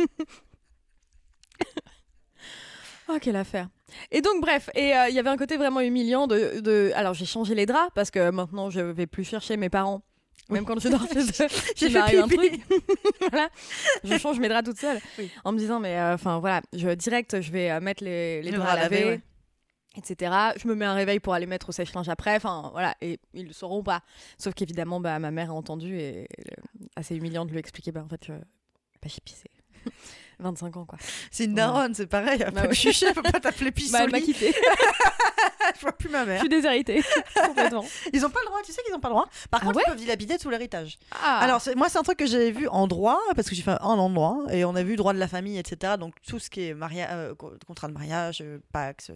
S3: oh, quelle affaire. Et donc, bref, et euh, il y avait un côté vraiment humiliant de. de- Alors, j'ai changé les draps parce que maintenant, je vais plus chercher mes parents. Même quand je dors chez eux,
S2: J'ai
S3: il
S2: fait
S3: m'arrive un
S2: pipi.
S3: truc. voilà. Je change mes draps toute seule.
S2: Oui.
S3: En me disant, mais euh, enfin, voilà, je, direct, je vais euh, mettre les, les
S2: Les
S3: draps à
S2: draps
S3: laver.
S2: lavés, ouais.
S3: Etc. Je me mets un réveil pour aller mettre au sèche-linge après. Enfin, voilà. Et ils le sauront pas. Sauf qu'évidemment, bah, ma mère a entendu et euh, assez humiliant de lui expliquer. Bah, en fait, je- bah, j'ai pissé. 25 ans, quoi.
S2: C'est une daronne, c'est pareil. Elle
S3: Bah
S2: peut
S3: ouais.
S2: te chucher, elle peut pas t'appeler pipi
S3: Bah,
S2: au
S3: elle m'a
S2: lit.
S3: quittée.
S2: Je vois plus ma
S3: Je
S2: mère.
S3: suis déshéritée. Complètement.
S2: Ils ont pas le droit, tu sais qu'ils ont pas le droit. Par
S3: Ah
S2: contre,
S3: ouais
S2: ils peuvent dilapider sous l'héritage.
S3: Ah.
S2: Alors, c'est- moi, c'est un truc que j'avais vu en droit, parce que j'ai fait un en droit, et on a vu droit de la famille, etc. Donc, tout ce qui est maria euh, co- contrat de mariage, euh, pax, euh,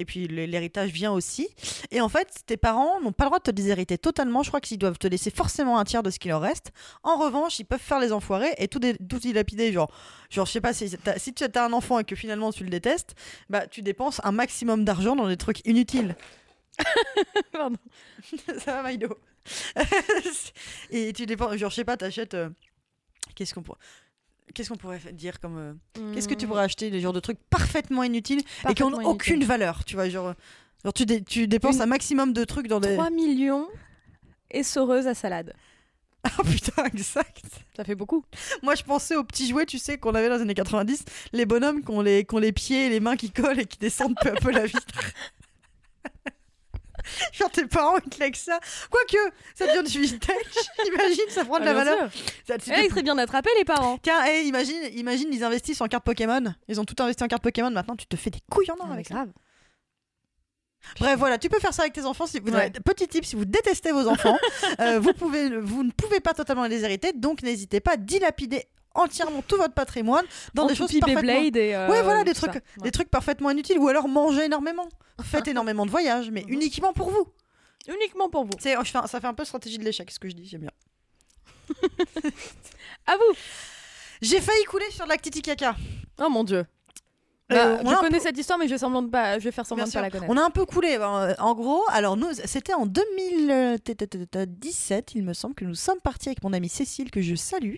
S2: et puis l'hé- l'héritage vient aussi. Et en fait, tes parents n'ont pas le droit de te déshériter totalement. Je crois qu'ils doivent te laisser forcément un tiers de ce qu'il en reste. En revanche, ils peuvent faire les enfoirés et tout, dé- tout dilapider. Genre, genre, je sais pas, si, t'as- si tu as un enfant et que finalement tu le détestes, bah, tu dépenses un maximum d'argent dans des trucs inutiles.
S3: Pardon.
S2: Ça va, Maïdo. et tu dépenses, genre, je sais pas, t'achètes. euh, Qu'est-ce qu'on pourrait. Qu'est-ce qu'on pourrait fa- dire comme. euh, Qu'est-ce que
S3: Mmh.
S2: tu pourrais acheter Des genres de trucs parfaitement inutiles et qui
S3: Hmm. Parfaitement
S2: n'ont
S3: inutile.
S2: aucune valeur, tu vois. Genre, euh, genre tu, dé- tu dépenses
S3: Une-
S2: un maximum de trucs dans des.
S3: 3 millions et soreuse à salade.
S2: Ah putain, exact
S3: Ça fait beaucoup.
S2: Moi, je pensais aux petits jouets, tu sais, qu'on avait dans les années 90, les bonhommes qui ont les, qui ont les pieds et les mains qui collent et qui descendent peu à peu la vitre. Genre tes parents ils te lèguent ça. Quoique, ça devient du vintage. Imagine, ça prend de la
S3: Ah, bien
S2: valeur.
S3: sûr.
S2: Ça, tu
S3: Eh, ils seraient bien attrapés, les parents.
S2: Tiens, hey, imagine, imagine, ils investissent en cartes Pokémon. Ils ont tout investi en cartes Pokémon. Maintenant, tu te fais des couilles en or
S3: Ah, mais
S2: avec ça.
S3: grave.
S2: Bref, voilà, tu peux faire ça avec tes enfants. Si vous...
S3: Ouais.
S2: Petit tip, si vous détestez vos enfants, euh, vous, pouvez, vous ne pouvez pas totalement les hériter. Donc, n'hésitez pas à dilapider entièrement tout votre patrimoine dans
S3: En
S2: des choses
S3: toupie
S2: parfaitement...
S3: Beyblade et. euh,
S2: Ouais, voilà, des
S3: tout
S2: trucs,
S3: ça.
S2: des trucs parfaitement inutiles. Ou alors manger énormément. Faites énormément de voyages, mais
S3: Mhm.
S2: uniquement pour vous.
S3: Ouais. Uniquement pour vous.
S2: C'est, je fais un- ça fait un peu stratégie de l'échec, ce que je dis, j'aime bien.
S3: À vous.
S2: J'ai failli couler sur de la Titicaca.
S3: Oh mon dieu.
S2: Euh,
S3: Bah,
S2: on a un
S3: je connais cette histoire, mais je vais, semblant de pas... je vais faire semblant
S2: Bien
S3: de pas la
S2: sûr.
S3: connaître.
S2: On a un peu coulé. ben, euh, En gros, alors nous, c'était en 2017, il me semble, que nous sommes partis avec mon amie Cécile, que je salue.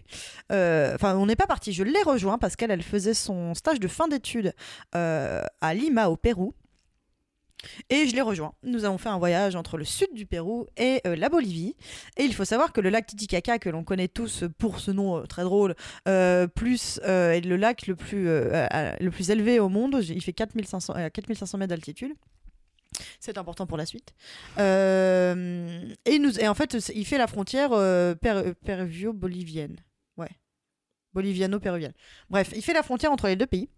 S2: Euh, Enfin, on n'est pas partis, je l'ai rejoint parce qu'elle elle faisait son stage de fin d'études euh, à Lima, au Pérou. Et je l'ai rejoint. Nous avons fait un voyage entre le sud du Pérou et euh, la Bolivie. Et il faut savoir que le lac Titicaca, que l'on connaît tous pour ce nom euh, très drôle, euh, plus euh, est le lac le plus, euh, euh, le plus élevé au monde. Il fait 4500, euh, 4500 mètres d'altitude. C'est important pour la suite. Euh, et, nous, et en fait, c'est- il fait la frontière euh, per- euh, Pervio-Bolivienne. Ouais. boliviano-péruvienne. Bref, il fait la frontière entre les deux pays.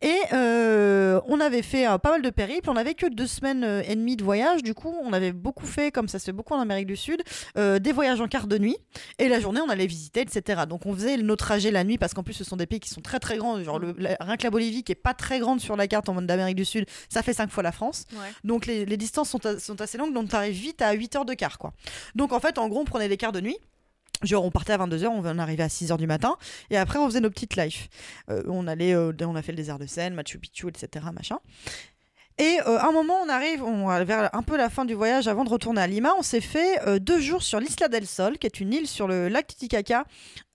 S2: Et euh, on avait fait euh, pas mal de périples. On avait que deux semaines euh, et demie de voyage. Du coup, on avait beaucoup fait, comme ça se fait beaucoup en Amérique du Sud, euh, des voyages en quart de nuit. Et la journée, on allait visiter, etc. Donc, on faisait nos trajets la nuit parce qu'en plus, ce sont des pays qui sont très, très grands. Genre, le- la- rien que la Bolivie, qui est pas très grande sur la carte en mode d'Amérique du Sud, ça fait cinq fois la France.
S3: Ouais.
S2: Donc, les, les distances sont, a- sont assez longues. Donc, tu arrives vite à 8 heures de quart, quoi. Donc, en fait, en gros, on prenait des quarts de nuit. Genre, on partait à 22h, on en arrivait à 6h du matin, et après, on faisait nos petites lives. Euh, on allait euh, on a fait le désert de Seine Machu Picchu etc machin et euh, à un moment on arrive on va vers un peu la fin du voyage avant de retourner à Lima on s'est fait euh, deux jours sur l'Isla del Sol qui est une île sur le lac Titicaca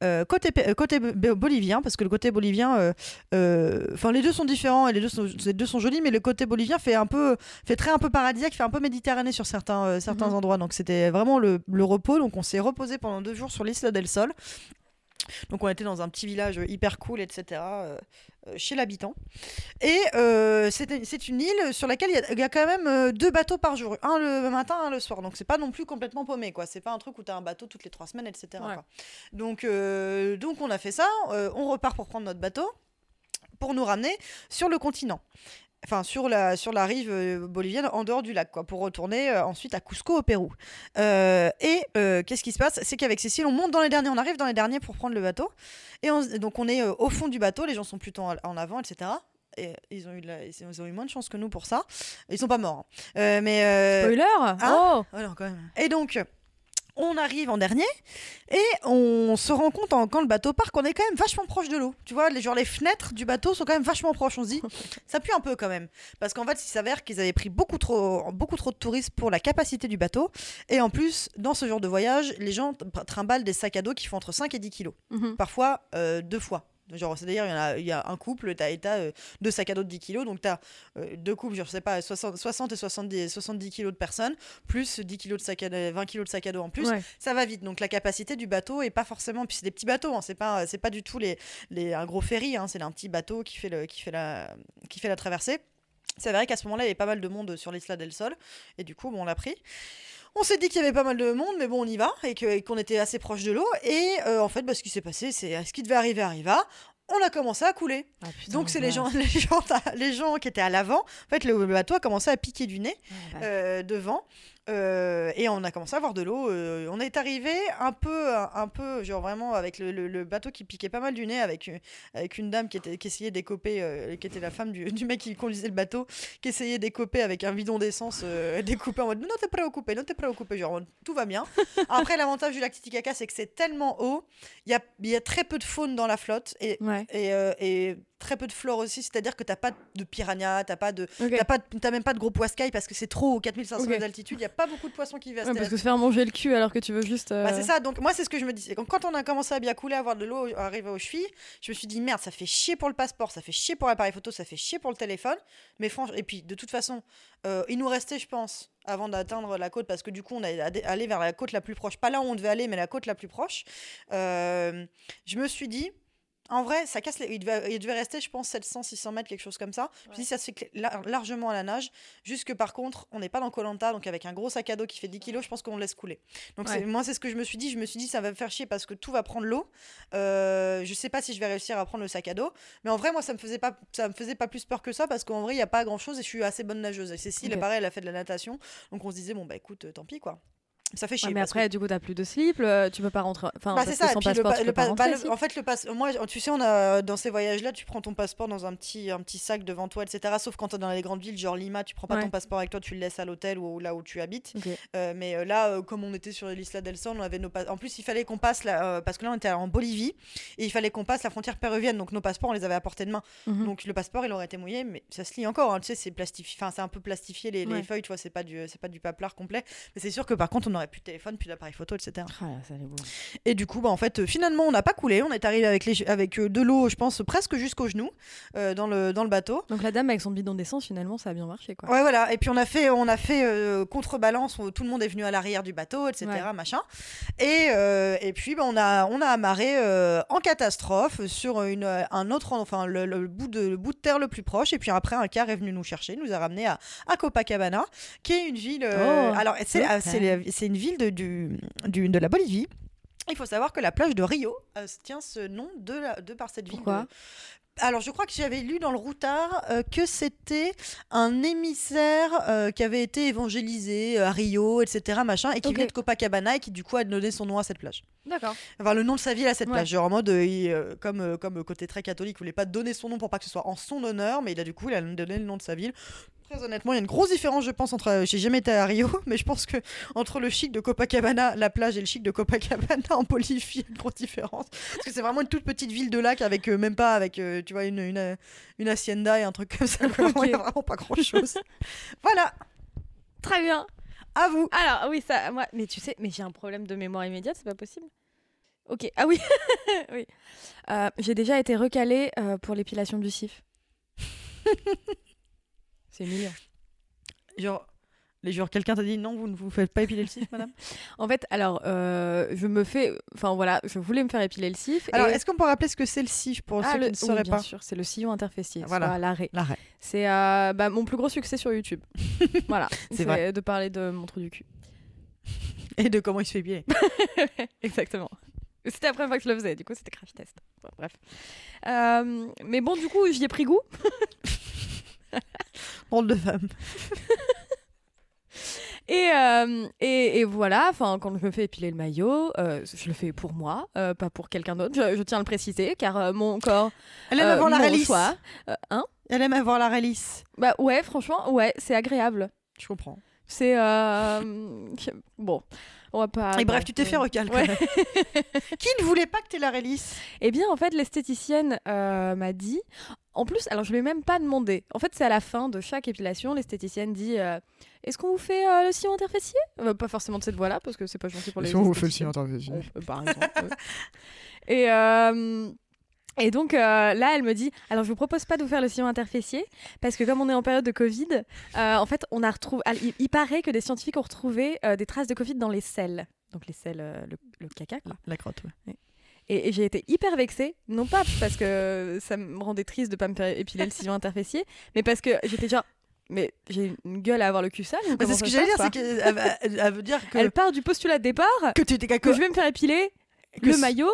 S2: euh, côté pe- euh, côté bo- bo- bolivien parce que le côté bolivien euh, euh, enfin les deux sont différents et les deux sont, les deux sont jolis mais le côté bolivien fait un peu fait très un peu paradisiaque fait un peu méditerranée sur certains euh, certains
S3: Mhm.
S2: endroits donc c'était vraiment le, le repos donc on s'est reposé pendant deux jours sur l'Isla del Sol donc on était dans un petit village hyper cool, etc. euh, euh, chez l'habitant. Et euh, c'était- c'est une île sur laquelle il y a- il y, a quand même euh, deux bateaux par jour, un le matin, un le soir. Donc c'est pas non plus complètement paumé, quoi. C'est pas un truc où t'as un bateau toutes les trois semaines, etc.
S3: Ouais.
S2: quoi. Donc euh, donc on a fait ça. euh, on repart pour prendre notre bateau pour nous ramener sur le continent. Enfin, sur la, sur la rive euh, bolivienne, en dehors du lac, quoi, pour retourner euh, ensuite à Cusco, au Pérou. Euh, et euh, qu'est-ce qui se passe C'est qu'avec Cécile, on monte dans les derniers, on arrive dans les derniers pour prendre le bateau. Et on se- donc on est euh, au fond du bateau, les gens sont plutôt en en avant, etc. Et euh, ils ont eu, de la- ils ont eu moins de chance que nous pour ça. Ils sont pas morts. hein. Euh, mais euh,
S3: Spoiler
S2: hein
S3: Oh
S2: Ouais, non, quand même. Et donc, on arrive en dernier et on se rend compte en- quand le bateau part qu'on est quand même vachement proche de l'eau. Tu vois, les, genre les fenêtres du bateau sont quand même vachement proches. On se dit, ça pue un peu quand même. Parce qu'en fait, il s'avère qu'ils avaient pris beaucoup trop, beaucoup trop de touristes pour la capacité du bateau. Et en plus, dans ce genre de voyage, les gens t- trimballent des sacs à dos qui font entre 5 et 10 kilos
S3: Mhm.
S2: parfois euh, deux fois. Genre, c'est-à-dire, il y, en a- il y a un couple, t'as as, deux sacs à dos de 10 kilos, donc t'as euh, deux couples, genre, je sais pas, 60, 60 et 70, 70 kilos de personnes, plus 10 kilos de sac à, dos- 20 kilos de sac à dos en plus,
S3: Ouais.
S2: ça va vite. Donc la capacité du bateau est pas forcément, puis c'est des petits bateaux, hein, c'est pas, c'est pas du tout les, les, un gros ferry, hein, c'est un petit bateau qui fait, le, qui fait, la, qui fait la traversée. C'est vrai qu'à ce moment-là, il y avait pas mal de monde sur l'Isla del Sol, et du coup, bon, on l'a pris. On s'est dit qu'il y avait pas mal de monde, mais bon, on y va, et que- et qu'on était assez proche de l'eau. Et euh, en fait, bah, ce qui s'est passé, c'est euh, ce qui devait arriver arriva. On a commencé à couler.
S3: Ah, putain,
S2: Donc, c'est les
S3: ouais.
S2: gens, les, gens, les gens qui étaient à l'avant. En fait, le le bateau a commencé à piquer du nez
S3: Ouais, bah,
S2: euh, devant. Euh, et on a commencé à voir de l'eau. euh, on est arrivé un peu, un, un peu, genre vraiment avec le, le- le bateau qui piquait pas mal du nez, avec, une- avec une dame qui, était, qui essayait d'écoper, euh, qui était la femme du, du mec qui conduisait le bateau, qui essayait d'écoper avec un bidon d'essence euh, découpé en mode non t'es préoccupé, non t'es préoccupé, genre en mode, tout va bien. Après l'avantage du lac Titicaca c'est que c'est tellement haut, il y a, il y a très peu de faune dans la flotte et,
S3: ouais.
S2: et, euh, et très peu de flore aussi, c'est-à-dire que t'as pas de piranha, t'as pas de
S3: Ok.
S2: T'as pas de- T'as même pas de gros poiscaille parce que c'est trop, aux 4500
S3: Ok.
S2: mètres d'altitude, il n'y a pas beaucoup de poissons qui vivent à
S3: Ouais,
S2: cette
S3: parce
S2: altitude.
S3: que se faire manger le cul alors que tu veux juste. euh,
S2: Bah, c'est ça, donc moi c'est ce que je me dis. C'est quand- Quand on a commencé à bien couler, à avoir de l'eau arriver aux chevilles, je me suis dit merde, ça fait chier pour le passeport, ça fait chier pour l'appareil photo, ça fait chier pour le téléphone. Mais franchement, et puis de toute façon, euh, il nous restait, je pense, avant d'atteindre la côte, parce que du coup on est allé vers la côte la plus proche, pas là où on devait aller, mais la côte la plus proche. Euh, je me suis dit, en vrai, ça casse les... il, devait, il devait rester, je pense, 700, 600 mètres, quelque chose comme ça. Je me suis dit, ça se fait cl- lar- largement à la nage. Jusque par contre, on n'est pas dans Colanta, donc avec un gros sac à dos qui fait 10 kilos, je pense qu'on le laisse couler. Donc c'est-
S3: Ouais.
S2: moi, c'est ce que je me suis dit. Je me suis dit, ça va me faire chier parce que tout va prendre l'eau. Euh, je sais pas si je vais réussir à prendre le sac à dos. Mais en vrai, moi, ça me faisait pas, ça me faisait pas plus peur que ça parce qu'en vrai, il n'y a pas grand chose et je suis assez bonne nageuse. Et Cécile,
S3: Ok.
S2: pareil, elle a fait de la natation. Donc on se disait, bon, bah écoute, euh, tant pis quoi. Ça fait chier.
S3: Ouais, mais
S2: parce que-
S3: après, du coup, t'as plus de slip, euh, tu peux pas rentrer. Enfin,
S2: bah,
S3: parce
S2: c'est
S3: que
S2: ça. et
S3: sans
S2: puis le
S3: passeport,
S2: pa-
S3: tu
S2: le
S3: peux pas
S2: pa- bah,
S3: rentrer.
S2: le-
S3: si.
S2: en fait, le passe. Moi, tu sais, on a dans ces voyages-là, tu prends ton passeport dans un petit, un petit sac devant toi, etc. Sauf quand t'es dans les grandes villes, genre Lima, tu prends pas
S3: Ouais.
S2: ton passeport avec toi, tu le laisses à l'hôtel ou là où tu habites.
S3: Ok.
S2: Euh, mais euh, là, euh, comme on était sur l'Isla del Sol, on avait nos pas- En plus, il fallait qu'on passe là, euh, parce que là, on était en Bolivie et il fallait qu'on passe la frontière péruvienne. Donc nos passeports, on les avait à portée de main.
S3: Mhm.
S2: oh, Donc le passeport, il aurait été mouillé, mais ça se lit encore. hein, Tu sais, c'est plastifié, enfin c'est un peu plastifié les, les
S3: Ouais.
S2: feuilles, tu vois. C'est pas du, c'est pas du paplard complet. Mais c'est sûr que par contre, on aurait plus de téléphone, plus d'appareil photo, etc.
S3: Ah là, ça, les boules.
S2: Et du coup, bah, en fait, euh, finalement, on n'a pas coulé. On est arrivé avec, les, avec euh, de l'eau, je pense, presque jusqu'aux genoux euh, dans, le, dans le bateau.
S3: Donc la dame avec son bidon d'essence, finalement, ça a bien marché, quoi.
S2: Ouais, voilà. Et puis on a fait, on a fait euh, contrebalance. où Tout le monde est venu à l'arrière du bateau, etc.
S3: Ouais.
S2: Machin. Et, euh, et puis bah, on a, on a amarré euh, en catastrophe sur une, euh, un autre, enfin le, le bout de, le bout de terre le plus proche. Et puis après, un car est venu nous chercher, nous a ramené à, à Copacabana, qui est une ville. euh,
S3: Oh,
S2: alors c'est,
S3: ok.
S2: c'est, c'est une ville de, du, du- de la Bolivie. Il faut savoir que la plage de Rio euh, tient ce nom de, la- de par cette ville. de-
S3: Pourquoi
S2: alors, je crois que j'avais lu dans le routard euh, que c'était un émissaire euh, qui avait été évangélisé euh, à Rio, etc., machin, et qui
S3: Ok.
S2: venait de Copacabana et qui, du coup, a donné son nom à cette plage.
S3: D'accord.
S2: Enfin, le nom de sa ville à cette
S3: Ouais.
S2: plage. Genre, en mode, euh, il, euh, comme, euh, comme euh, côté très catholique, il voulait pas donner son nom pour pas que ce soit en son honneur, mais il a, du coup, il a donné le nom de sa ville. Très honnêtement, il y a une grosse différence, je pense, entre. euh, J'ai jamais été à Rio, mais je pense que entre le chic de Copacabana, la plage, et le chic de Copacabana en Bolivie, il y a une grosse différence. Parce que c'est vraiment une toute petite ville de lac avec euh, même pas avec euh, tu vois une, une, euh, une hacienda et un truc comme ça. Vraiment, Il y a vraiment pas grand chose. voilà,
S3: Très bien.
S2: à vous.
S3: Alors oui, ça, moi, mais tu sais, mais j'ai un problème de mémoire immédiate, c'est pas possible. Ok. Ah oui. oui. Euh, j'ai déjà été recalée euh, pour l'épilation du cif. c'est mignon.
S2: Genre les jureurs, quelqu'un t'a dit non, vous ne vous faites pas épiler le cif, madame.
S3: En fait, alors, euh, je me fais, enfin voilà, je voulais me faire épiler le cif.
S2: Alors
S3: et-
S2: est-ce qu'on peut rappeler ce que c'est le cif pour
S3: Ah,
S2: ceux
S3: le-
S2: qui ne
S3: oui,
S2: sauraient
S3: bien
S2: pas
S3: sûr, c'est le sillon interfécié,
S2: Voilà.
S3: voilà. l'arrêt.
S2: L'arrêt.
S3: C'est euh, bah, mon plus gros succès sur YouTube. voilà,
S2: C'est
S3: c'est
S2: vrai.
S3: de parler de mon trou du cul.
S2: Et de comment il se fait épiler.
S3: Exactement. C'était la première fois que je le faisais, du coup c'était crash test. Bon, bref. Euh, mais bon, du coup, j'y ai pris goût.
S2: Drôle de femme.
S3: Et, euh, et, et voilà, enfin, quand je me fais épiler le maillot, euh, je le fais pour moi, euh, pas pour quelqu'un d'autre. Je, je tiens à le préciser, car euh, mon corps.
S2: Elle aime
S3: euh,
S2: avoir la
S3: mon
S2: rélice.
S3: choix. Euh, hein
S2: Elle aime avoir la rélice.
S3: Bah ouais, franchement, ouais, c'est agréable.
S2: Je comprends.
S3: C'est. euh, Bon, on va pas.
S2: et bref, tu t'es
S3: euh,
S2: fait recal. quand
S3: ouais.
S2: même. qui ne voulait pas que t'aies la rélice
S3: Eh bien, en fait, l'esthéticienne euh, m'a dit. En plus, alors je ne l'ai même pas demandé. En fait, c'est à la fin de chaque épilation, l'esthéticienne dit euh, Est-ce qu'on vous fait euh, le sillon interfécié Euh, Pas forcément de cette voie-là, parce que c'est pas gentil pour les
S4: Si on vous fait le signe
S3: esthéticiennes.
S4: intervisionnel.
S3: On- euh, par exemple. ouais. Et. euh, et donc euh, là, elle me dit, alors je vous propose pas de vous faire le sillon interfécié, parce que comme on est en période de Covid, euh, en fait, on a retrouvé, ah, il, il paraît que des scientifiques ont retrouvé euh, des traces de Covid dans les selles. Donc les selles, euh, le, le caca, quoi.
S2: La crotte, ouais.
S3: Et, et j'ai été hyper vexée, non pas parce que ça me rendait triste de pas me faire épiler le sillon interfécié, mais parce que j'étais genre, mais j'ai une gueule à avoir le cul sale. ou
S2: Mais
S3: comment
S2: c'est ce
S3: ça
S2: que
S3: se
S2: j'allais dire,
S3: passe,
S2: c'est
S3: quoi
S2: qu'elle elle- elle veut dire que,
S3: Elle part du postulat de départ
S2: que tu t'es
S3: que je vais me faire épiler
S2: que
S3: le
S2: ce-
S3: maillot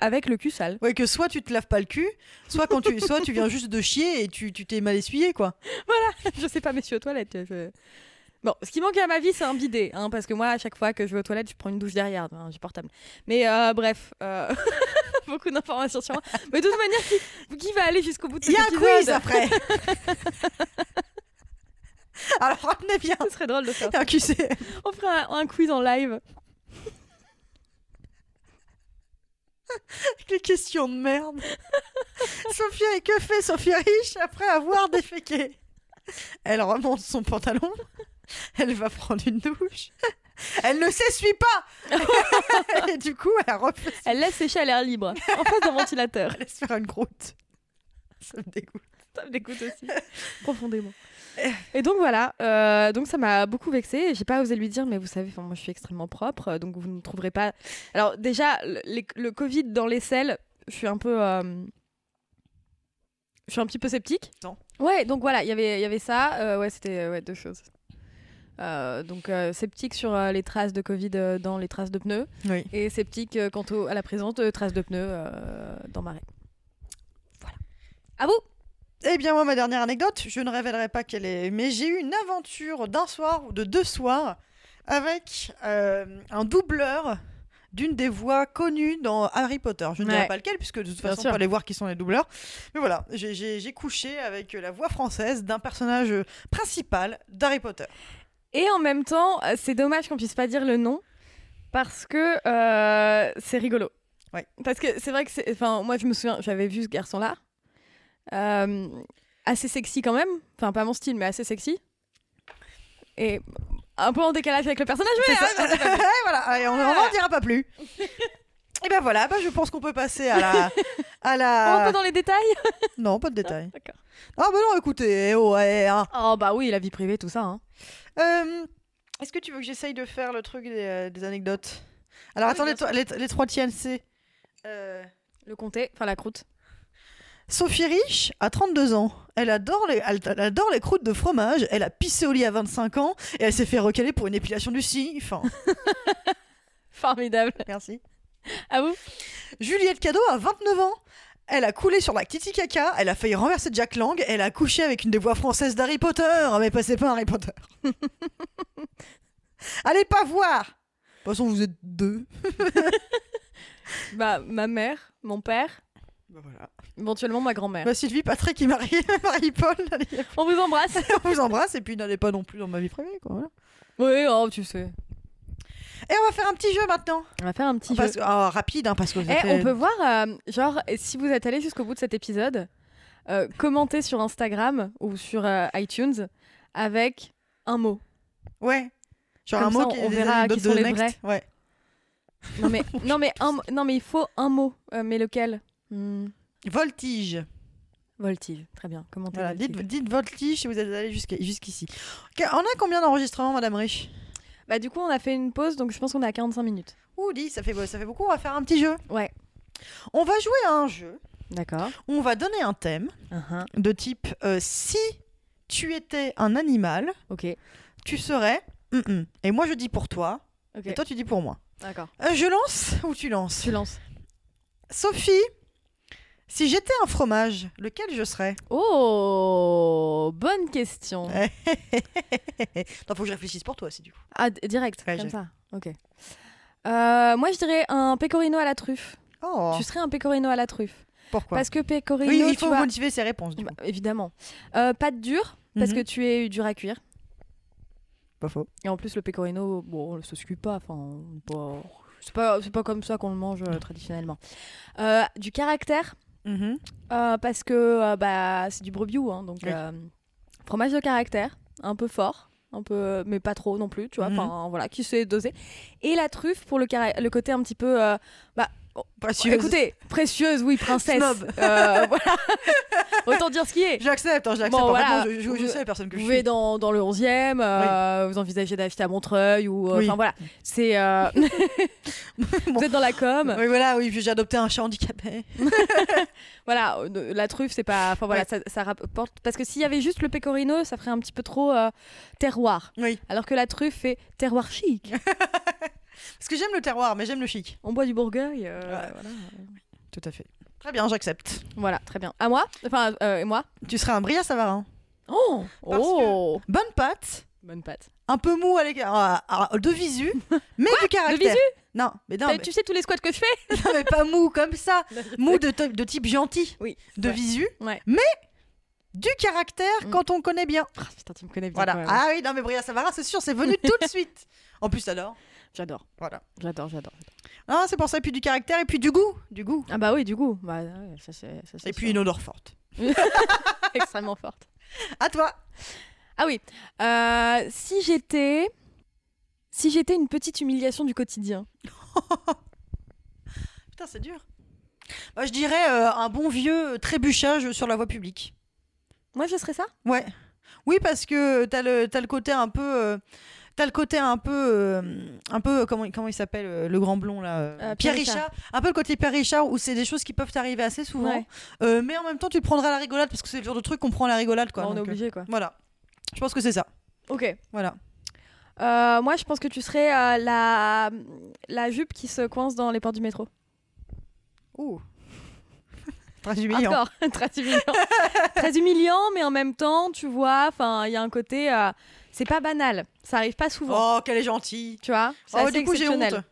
S3: avec le cul sale.
S2: Ouais, que soit tu te laves pas le cul, soit quand tu, soit tu viens juste de chier et tu tu t'es mal essuyé, quoi.
S3: je sais pas, mais je suis aux toilettes. je- Bon, ce qui manque à ma vie, c'est un bidet, hein, parce que moi, à chaque fois que je vais aux toilettes, je prends une douche derrière, hein, j'ai portable. Mais euh, bref, euh, beaucoup d'informations sur moi. Mais de toute manière, qui, qui va aller jusqu'au bout de
S2: Il
S3: cet
S2: y a un quiz
S3: épisode
S2: après Alors retenez bien
S3: Ce serait drôle de faire.
S2: Il y a un QC.
S3: On fera un, un quiz en live.
S2: Les questions de merde Sophia est que fait Sophie Riche après avoir déféqué Elle remonte son pantalon, elle va prendre une douche, elle ne s'essuie pas Et du coup, elle refait
S3: Elle laisse sécher à l'air libre, en face d'un ventilateur.
S2: elle se faire une croûte. Ça me dégoûte.
S3: Ça me dégoûte aussi, profondément. Et donc voilà, euh, donc ça m'a beaucoup vexée. J'ai pas osé lui dire, mais vous savez, enfin, moi je suis extrêmement propre, euh, donc vous ne trouverez pas. Alors déjà, le, les- le Covid dans les selles, je suis un peu. euh, Je suis un petit peu sceptique.
S2: Non.
S3: Ouais, donc voilà, il y avait- il y avait ça. euh, ouais, c'était euh, ouais, deux choses. Euh, donc euh, sceptique sur euh, les traces de Covid euh, dans les traces de pneus
S2: Oui.
S3: et sceptique euh, quant au- à la présence de traces de pneus euh, dans Marais. Voilà. À vous
S2: Eh bien, moi, ma dernière anecdote, je ne révélerai pas quelle est, mais j'ai eu une aventure d'un soir ou de deux soirs avec euh, un doubleur d'une des voix connues dans Harry Potter. Je ne
S3: Ouais.
S2: dirai pas lequel, puisque de toute
S3: Bien
S2: façon,
S3: sûr.
S2: on peut aller voir qui sont les doubleurs. Mais voilà, j'ai- j'ai j'ai couché avec la voix française d'un personnage principal d'Harry Potter.
S3: Et en même temps, euh, c'est dommage qu'on puisse pas dire le nom parce que euh, c'est rigolo.
S2: Ouais.
S3: Parce que c'est vrai que c'est. Enfin, moi, je me souviens, j'avais vu ce garçon-là. Euh, assez sexy quand même. Enfin, pas mon style, mais assez sexy. Et un peu en décalage avec le personnage, mais. hein,
S2: Et voilà, allez, on
S3: ah.
S2: on n'en dira pas plus. Et ben voilà, bah, je pense qu'on peut passer à la... À
S3: on rentre pas
S2: la...
S3: dans les détails.
S2: Non, pas de détails.
S3: D'accord.
S2: Ah bah non, écoutez, eh oh, eh, hein.
S3: Oh, bah oui, la vie privée, tout ça. hein.
S2: Euh, Est-ce que tu veux que j'essaye de faire le truc des, euh, des anecdotes Alors
S3: Oui,
S2: attendez,
S3: bien
S2: toi, les, les trois tiennes, c'est euh,
S3: Le comté, enfin la croûte.
S2: Sophie Rich a 32 ans. Elle adore, les, elle, elle adore les croûtes de fromage. Elle a pissé au lit à 25 ans et elle s'est fait recaler pour une épilation du cif. Enfin,
S3: Formidable.
S2: merci.
S3: Ah vous
S2: Juliette Cadeau a 29 ans. Elle a coulé sur la Titicaca, elle a failli renverser Jack Lang, elle a couché avec une des voix françaises d'Harry Potter, Ah, mais passez pas Harry Potter. Allez pas voir De toute façon, vous êtes deux.
S3: Bah ma mère, mon père,
S2: Bah voilà.
S3: éventuellement ma grand-mère.
S2: Bah Sylvie, Patrick et Marie, Marie-Paul, allez,
S3: On vous embrasse.
S2: on vous embrasse et puis n'allez pas non plus dans ma vie privée. Quoi, voilà.
S3: oui, oh, tu sais.
S2: Et on va faire un petit jeu maintenant.
S3: On va faire un petit jeu.
S2: Parce que- ah, rapide, hein, parce que. ça
S3: Eh,
S2: fait-
S3: on peut voir, euh, genre, et si vous êtes allé jusqu'au bout de cet épisode, euh, commentez sur Instagram ou sur euh, iTunes avec un mot.
S2: Ouais. Genre
S3: Comme
S2: un mot
S3: ça,
S2: qui
S3: on
S2: des
S3: verra
S2: anecdotes
S3: qui sont
S2: de
S3: les
S2: Next.
S3: vrais.
S2: Ouais.
S3: Non mais, non, mais, un, non, mais il faut un mot. Euh, mais lequel Hmm,
S2: Voltige.
S3: Voltive. Très bien. Commentez.
S2: Voilà,
S3: Voltive.
S2: dites, dites voltige si vous êtes allé jusqu'à- jusqu'ici. Ok, On a combien d'enregistrements, Madame Rich
S3: Bah, du coup, on a fait une pause, donc je pense qu'on est à 45 minutes.
S2: Ouh, dis, ça fait, ça fait beaucoup. On va faire un petit jeu.
S3: Ouais.
S2: On va jouer à un jeu.
S3: D'accord.
S2: On va donner un thème
S3: Uh-huh.
S2: de type euh, si tu étais un animal,
S3: Ok.
S2: tu serais. Hum, hum. Et moi, je dis pour toi.
S3: Ok.
S2: Et toi, tu dis pour moi.
S3: D'accord.
S2: Euh, je lance ou tu lances
S3: Tu lances.
S2: Sophie, si j'étais un fromage, lequel je serais
S3: Oh, bonne question.
S2: Non, faut que je réfléchisse pour toi, c'est du coup.
S3: Ah, d- direct,
S2: Ouais,
S3: comme
S2: j'ai-
S3: ça. Ok. Euh, moi, je dirais un pecorino à la truffe.
S2: Oh,
S3: Tu serais un pecorino à la truffe.
S2: pourquoi
S3: parce que pecorino,
S2: Oui, il
S3: tu
S2: faut
S3: vois,
S2: motiver ses réponses, du
S3: bah,
S2: coup.
S3: évidemment. Euh, pâte dure, parce
S2: Mhm.
S3: que tu es dur à cuire.
S2: Pas faux.
S3: Et en plus, le pecorino, bon, ça se cuit pas. Enfin, on est pas- c'est pas, c'est pas comme ça qu'on le mange euh, traditionnellement. Euh, du caractère, euh, parce que euh, bah, c'est du brebis, hein, donc
S2: Oui.
S3: euh, fromage de caractère, un peu fort. Un peu, mais pas trop non plus, tu vois.
S2: Mhm.
S3: Enfin, voilà, qui sait doser. Et la truffe pour le, cara- le côté un petit peu euh,
S2: Précieuse.
S3: Écoutez, précieuse, oui, princesse.
S2: Snob.
S3: Euh, voilà. Autant dire ce qui est.
S2: J'accepte, hein, je l'accepte.
S3: Bon,
S2: En fait,
S3: voilà.
S2: moi, je, je- je
S3: Vous-
S2: sais la personne que
S3: Vous
S2: je
S3: pouvez
S2: suis.
S3: dans, dans le 11e, euh, vous envisagez d'acheter à Montreuil ou. euh, Enfin
S2: Oui.
S3: voilà. C'est, euh,
S2: Bon.
S3: Vous êtes dans la com.
S2: Oui, voilà, oui, j'ai adopté un chat handicapé.
S3: Voilà, euh, ne- la truffe, c'est pas. Enfin voilà, ça, ça rapporte. Parce que s'il y avait juste le pecorino, ça ferait un petit peu trop euh, terroir.
S2: Oui,
S3: Alors que la truffe fait terroir chic.
S2: parce que j'aime le terroir, mais j'aime le chic.
S3: On boit du Bourgueil. euh,
S2: Ouais.
S3: voilà.
S2: Tout à fait. Très bien, j'accepte.
S3: Voilà, très bien. À moi Enfin, euh, et moi
S2: Tu serais un brillat savarin.
S3: Oh
S2: Parce
S3: Oh
S2: Bonne pâte,
S3: Bonne pâte.
S2: un peu mou à l'écart, ah, ah, de visu, mais du
S3: De
S2: caractère.
S3: visu
S2: Non, mais non,
S3: T'as-
S2: mais,
S3: Tu sais tous les squats que je fais
S2: non, mais pas mou comme ça. Mou de, to- de type gentil,
S3: Oui.
S2: de
S3: Ouais.
S2: visu,
S3: Ouais.
S2: mais du caractère
S3: Mm.
S2: quand on connaît bien.
S3: Ah, putain, tu me connais bien.
S2: Voilà.
S3: quand même.
S2: Ah oui, non, mais Bria Savara, c'est sûr, c'est venu tout de suite. En plus, alors.
S3: J'adore,
S2: Voilà.
S3: j'adore, j'adore.
S2: Ah, c'est pour ça, et puis du caractère, et puis du goût. Du goût.
S3: Ah bah oui, du coup. Bah, ouais, ça, c'est, ça, c'est
S2: Et
S3: sûr.
S2: puis une odeur forte.
S3: extrêmement forte.
S2: À toi.
S3: Ah oui, euh, si j'étais... Si j'étais une petite humiliation du quotidien.
S2: Putain, c'est dur. Bah, je dirais euh, un bon vieux trébuchage sur la voie publique.
S3: Moi, je serais ça
S2: Ouais. Oui, parce que t'as le, t'as le côté un peu. euh, T'as le côté un peu, euh, un peu comment, comment il s'appelle euh, le grand blond là, euh,
S3: Euh,
S2: Pierre
S3: Pierre
S2: Richard, un peu le côté Pierre Richard où c'est des choses qui peuvent t'arriver assez souvent,
S3: Ouais.
S2: Euh, mais en même temps tu le prendras à la rigolade parce que c'est le genre de truc qu'on prend à la rigolade quoi.
S3: Bon, on est
S2: donc, euh,
S3: obligé, quoi.
S2: Voilà, je pense que c'est ça.
S3: Ok.
S2: Voilà.
S3: Euh, moi, je pense que tu serais euh, la... la jupe qui se coince dans les portes du métro.
S2: Ouh. Très hein. humiliant.
S3: Hardcore. Très humiliant. Très humiliant, mais en même temps, tu vois, enfin, il y a un côté... euh, C'est pas banal. Ça arrive pas souvent.
S2: Oh, qu'elle est gentille.
S3: Tu vois C'est
S2: Oh,
S3: assez
S2: du coup j'ai honte.
S3: exceptionnel.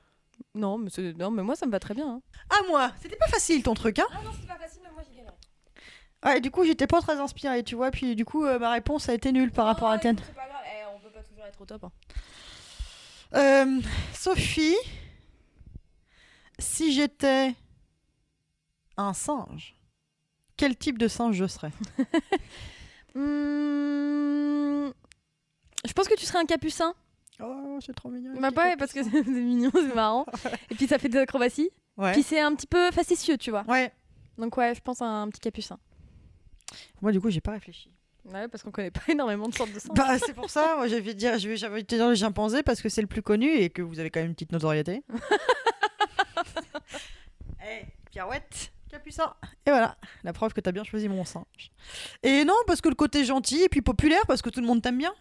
S3: Non mais, c'est- non, mais moi, ça me va très bien. hein.
S2: À Ah, moi, c'était pas facile ton truc hein.
S3: Ah non, c'est pas facile, mais moi j'ai galéré.
S2: Ouais, du coup, j'étais pas très inspirée, tu vois. Puis du coup, euh, ma réponse a été nulle par rapport
S3: Ah
S2: à la tienne.
S3: C'est pas grave, eh, on peut pas toujours être au top. hein.
S2: Euh, Sophie, si j'étais un singe, quel type de singe je serais
S3: Hmm, Je pense que tu serais un capucin.
S2: Oh, c'est trop mignon.
S3: Bah ouais, parce que c'est mignon, c'est marrant. Et puis ça fait des acrobaties.
S2: Ouais.
S3: Puis c'est un petit peu facétieux, tu vois.
S2: Ouais.
S3: Donc ouais, je pense à un petit capucin.
S2: Moi, du coup, j'ai pas réfléchi.
S3: Bah Ouais, parce qu'on connaît pas énormément de sortes de singes.
S2: Bah, c'est pour ça. Moi, j'avais dire, je vais- j'avais envie de te dire le chimpanzé parce que c'est le plus connu et que vous avez quand même une petite notoriété. Eh, pirouette, capucin. Et voilà, la preuve que t'as bien choisi mon singe. Et non, parce que le côté gentil et puis populaire, parce que tout le monde t'aime bien.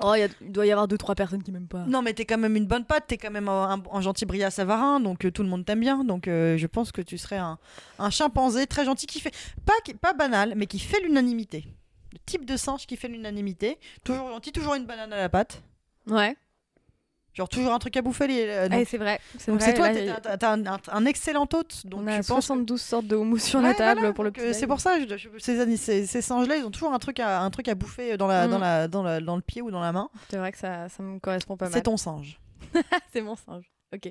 S3: Oh, il y a- il doit y avoir deux trois personnes qui m'aiment pas.
S2: Non, mais t'es quand même une bonne patte, t'es quand même un, un gentil Bria Savarin, donc euh, tout le monde t'aime bien. Donc euh, je pense que tu serais un, un chimpanzé très gentil qui fait. Pas, qui- pas banal, mais qui fait l'unanimité. Le type de singe qui fait l'unanimité. Toujours gentil, toujours une banane à la patte.
S3: Ouais.
S2: Genre toujours un truc à bouffer. les- euh, donc-
S3: Eh, c'est vrai. C'est
S2: donc
S3: vrai,
S2: c'est toi,
S3: là,
S2: t'es-
S3: j'ai-
S2: t'as t'as un, un- un excellent hôte. Donc
S3: on a
S2: je pense
S3: 72 sortes de houmous sur
S2: Ouais,
S3: la table
S2: voilà,
S3: pour le
S2: donc,
S3: petit.
S2: euh, C'est pour ça, je- je- ces, anis- ces, ces singes-là, ils ont toujours un truc à, un truc à bouffer dans, la,
S3: Mm.
S2: dans, la, dans, la- dans le pied ou dans la main.
S3: C'est vrai que ça, ça me correspond pas mal.
S2: C'est ton singe.
S3: C'est mon singe. Ok.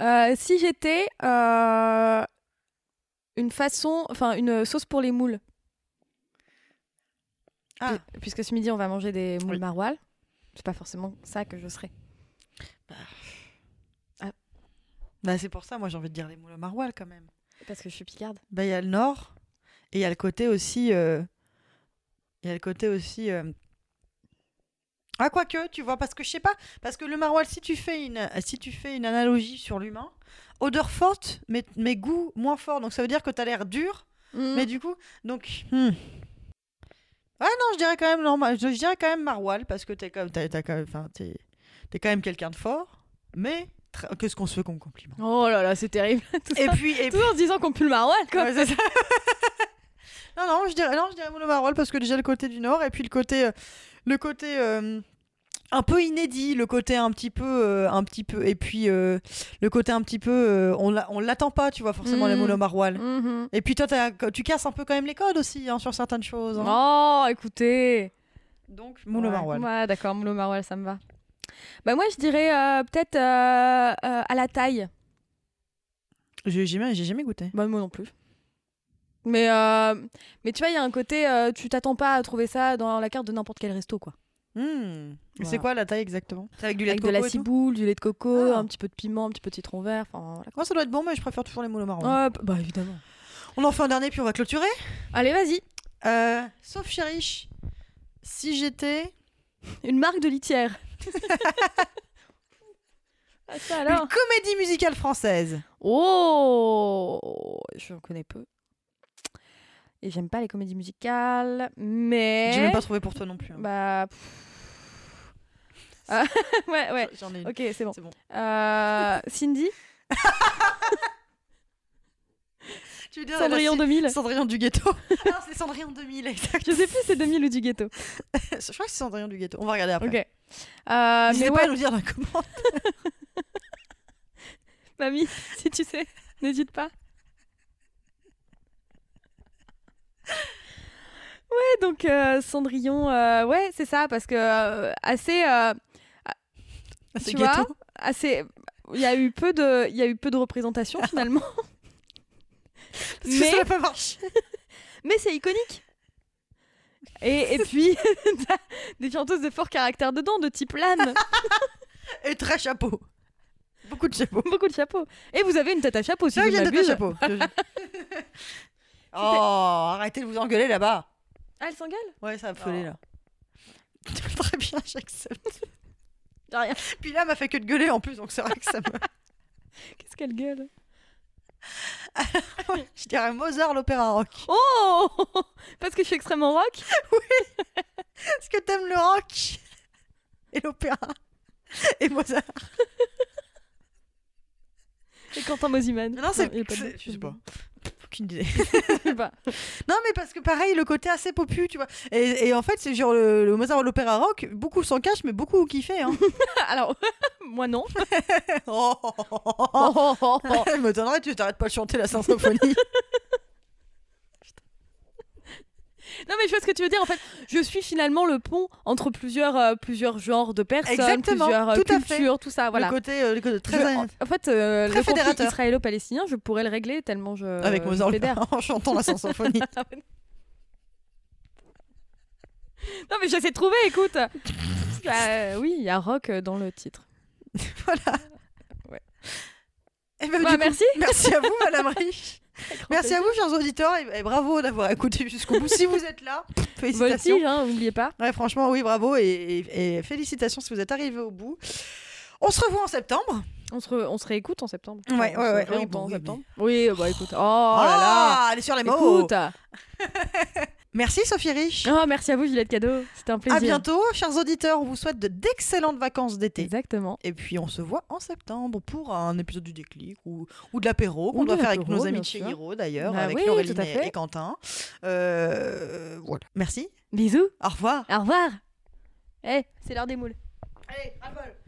S3: Euh, si j'étais euh, une façon, enfin une sauce pour les moules.
S2: Ah.
S3: Puis- Puisque ce midi on va manger des moules
S2: Oui.
S3: maroilles. C'est pas forcément ça que je serais.
S2: Bah, c'est pour ça, moi j'ai envie de dire les moules maroilles quand même.
S3: Parce que je suis picarde.
S2: Bah, il y a le nord et il y a le côté aussi. euh, Il y a le côté aussi. euh, Ah, quoique, tu vois, parce que je sais pas, parce que le maroilles, si tu fais une, si tu fais une analogie sur l'humain, odeur forte, mais, mais goût moins fort. Donc ça veut dire que t'as l'air dur,
S3: Mm.
S2: Mais du coup, donc. hmm. Ah non, je dirais quand même normal. Je, je dirais quand même Marwal parce que t'es comme, t'as- t'as quand même, enfin, t'es, t'es quand même quelqu'un de fort. Mais tr- qu'est-ce qu'on se fait comme compliment
S3: Oh là là, c'est terrible. Tout
S2: Et
S3: ça-
S2: puis, et puis-
S3: tout en se disant qu'on pue le maroilles quoi.
S2: Ouais, c'est ça. non, non, je dirais, non, je dirais Mono Marwal parce que déjà le côté du Nord et puis le côté, euh, le côté. euh, un peu inédit, le côté un petit peu, euh, un petit peu, et puis euh, le côté un petit peu, euh, on l'a- on l'attend pas, tu vois forcément les
S3: Mm.
S2: mono Marwal.
S3: Mhm.
S2: Et puis toi, t'as- tu casses un peu quand même les codes aussi hein, sur certaines choses. hein.
S3: Oh, écoutez.
S2: Donc, moule au
S3: ouais.
S2: maroilles.
S3: Ouais, d'accord, moule au maroilles, ça me va. Bah moi, je dirais euh, peut-être euh, euh, à la taille.
S2: J'ai jamais, j'ai jamais goûté.
S3: Bah moi non plus. Mais, euh, mais tu vois, il y a un côté, euh, tu t'attends pas à trouver ça dans la carte de n'importe quel resto, quoi.
S2: Hmm. Et
S3: Voilà.
S2: C'est quoi la taille exactement C'est avec du
S3: Avec de la ciboule, du lait de coco,
S2: Ah.
S3: un petit peu de piment, un petit peu de citron vert, enfin voilà.
S2: Moi, Oh, ça doit être bon, mais je préfère toujours les moules au marron.
S3: Hop, bah évidemment.
S2: On en fait un dernier, puis on va clôturer.
S3: Allez, vas-y,
S2: Euh, sauf Chiriche, si j'étais
S3: une marque de litière. ah ça
S2: une
S3: alors
S2: comédie musicale française.
S3: Oh Je connais peu. Et j'aime pas les comédies musicales, mais...
S2: J'ai même pas trouvé pour toi non plus. hein.
S3: Bah... pff. Ah, ouais, ouais.
S2: J'en ai une.
S3: Ok, c'est bon.
S2: C'est bon.
S3: Euh, Cindy
S2: Tu veux dire la-
S3: Cendrillon 2000
S2: Cendrillon du ghetto. ah non, c'est Cendrillon 2000, exact.
S3: Je sais plus si c'est 2000 ou du ghetto.
S2: je crois que c'est Cendrillon du ghetto. On va regarder après.
S3: Ok. Euh, mais
S2: N'hésitez pas
S3: ouais,
S2: à nous dire dans les commentaires.
S3: mamie, si tu sais, n'hésite pas. Ouais, donc euh, Cendrillon, euh, ouais, c'est ça, parce que euh, assez, euh,
S2: C'est
S3: tu
S2: ghetto.
S3: vois, assez, il y a eu peu de, il y a eu peu de représentation finalement,
S2: Parce que
S3: mais
S2: ça n'a pas marché.
S3: mais c'est iconique. Et, et puis t'as des chanteuses de fort caractère dedans, de type Lane,
S2: Et très chapeau. Beaucoup de chapeaux.
S3: beaucoup de chapeaux. Et vous avez une tête à chapeau, si
S2: Ah,
S3: je
S2: il y
S3: ne
S2: a des
S3: m'abuse.
S2: chapeaux. oh, arrêtez de vous engueuler là-bas.
S3: Ah, elle s'engueule
S2: Ouais, ça a folé là. Très bien, j'accepte.
S3: De rien.
S2: Puis là, elle m'a fait que de gueuler en plus, donc c'est vrai que ça me.
S3: Qu'est-ce qu'elle gueule
S2: Je dirais Mozart, l'opéra rock.
S3: Oh Parce que je suis extrêmement rock
S2: Est-ce que t'aimes le rock Et l'opéra Et Mozart
S3: et Quentin Moziman.
S2: Non, c'est.
S3: il est pas
S2: c'est-
S3: dedans.
S2: Je sais pas. Aucune idée.
S3: Je sais pas.
S2: Non, mais parce que pareil, le côté assez popu, tu vois. Et, et en fait, c'est genre le, le Mozart, l'opéra rock, beaucoup s'en cachent, mais beaucoup kiffaient. Hein.
S3: Alors, moi non.
S2: oh, oh, oh, oh, oh.
S3: Oh, oh, oh.
S2: Elle me donnerait, tu t'arrêtes pas de chanter la Sainte Symphonie.
S3: Non, mais je vois ce que tu veux dire. En fait, je suis finalement le pont entre plusieurs, euh, plusieurs genres de personnes,
S2: Exactement,
S3: plusieurs euh,
S2: tout à fait.
S3: cultures, tout ça. Voilà.
S2: Le côté, euh, le côté très.
S3: Je- en, en fait,
S2: très
S3: euh, le conflit
S2: fédérateur.
S3: israélo-palestinien, je pourrais le régler tellement je.
S2: Avec
S3: je
S2: Mozart
S3: Euh, fédère.
S2: en chantant la symphonie.
S3: Non, mais j'essaie de trouver, écoute. Bah, oui, il y a rock euh, dans le titre.
S2: voilà.
S3: Ouais.
S2: Et ben,
S3: Bah,
S2: du coup,
S3: merci.
S2: merci à vous, Madame Riche. merci à vous, chers auditeurs, et, et bravo d'avoir écouté jusqu'au bout. Si vous êtes là, félicitations.
S3: Voltige, hein, n'oubliez pas.
S2: Ouais, franchement, oui, bravo et, et- et félicitations si vous êtes arrivés au bout. On se revoit en septembre.
S3: On se, re- on se réécoute en septembre.
S2: Ouais,
S3: Enfin, on
S2: ouais,
S3: se
S2: ouais, oui,
S3: réentend
S2: bon,
S3: en
S2: oui, oh
S3: septembre. Oui, bah écoute. Oh, là là.
S2: Ah, elle est sur les mots.
S3: Écoute.
S2: Merci Sophie Rich.
S3: Oh, merci à vous, Juliette Cadeau. C'était un plaisir.
S2: À bientôt, chers auditeurs. On vous souhaite de- d'excellentes vacances d'été.
S3: Exactement.
S2: Et puis on se voit en septembre pour un épisode du déclic ou, ou de l'apéro qu'on
S3: Ou de
S2: doit faire avec
S3: l'apéro,
S2: nos amis
S3: bien
S2: de chez
S3: sûr.
S2: Hiro d'ailleurs,
S3: Bah
S2: avec
S3: oui,
S2: Laureline
S3: tout à
S2: et-
S3: fait.
S2: et Quentin. Euh, voilà. Merci.
S3: Bisous.
S2: Au revoir.
S3: Au revoir. Eh, c'est l'heure des moules.
S2: Allez, à bol.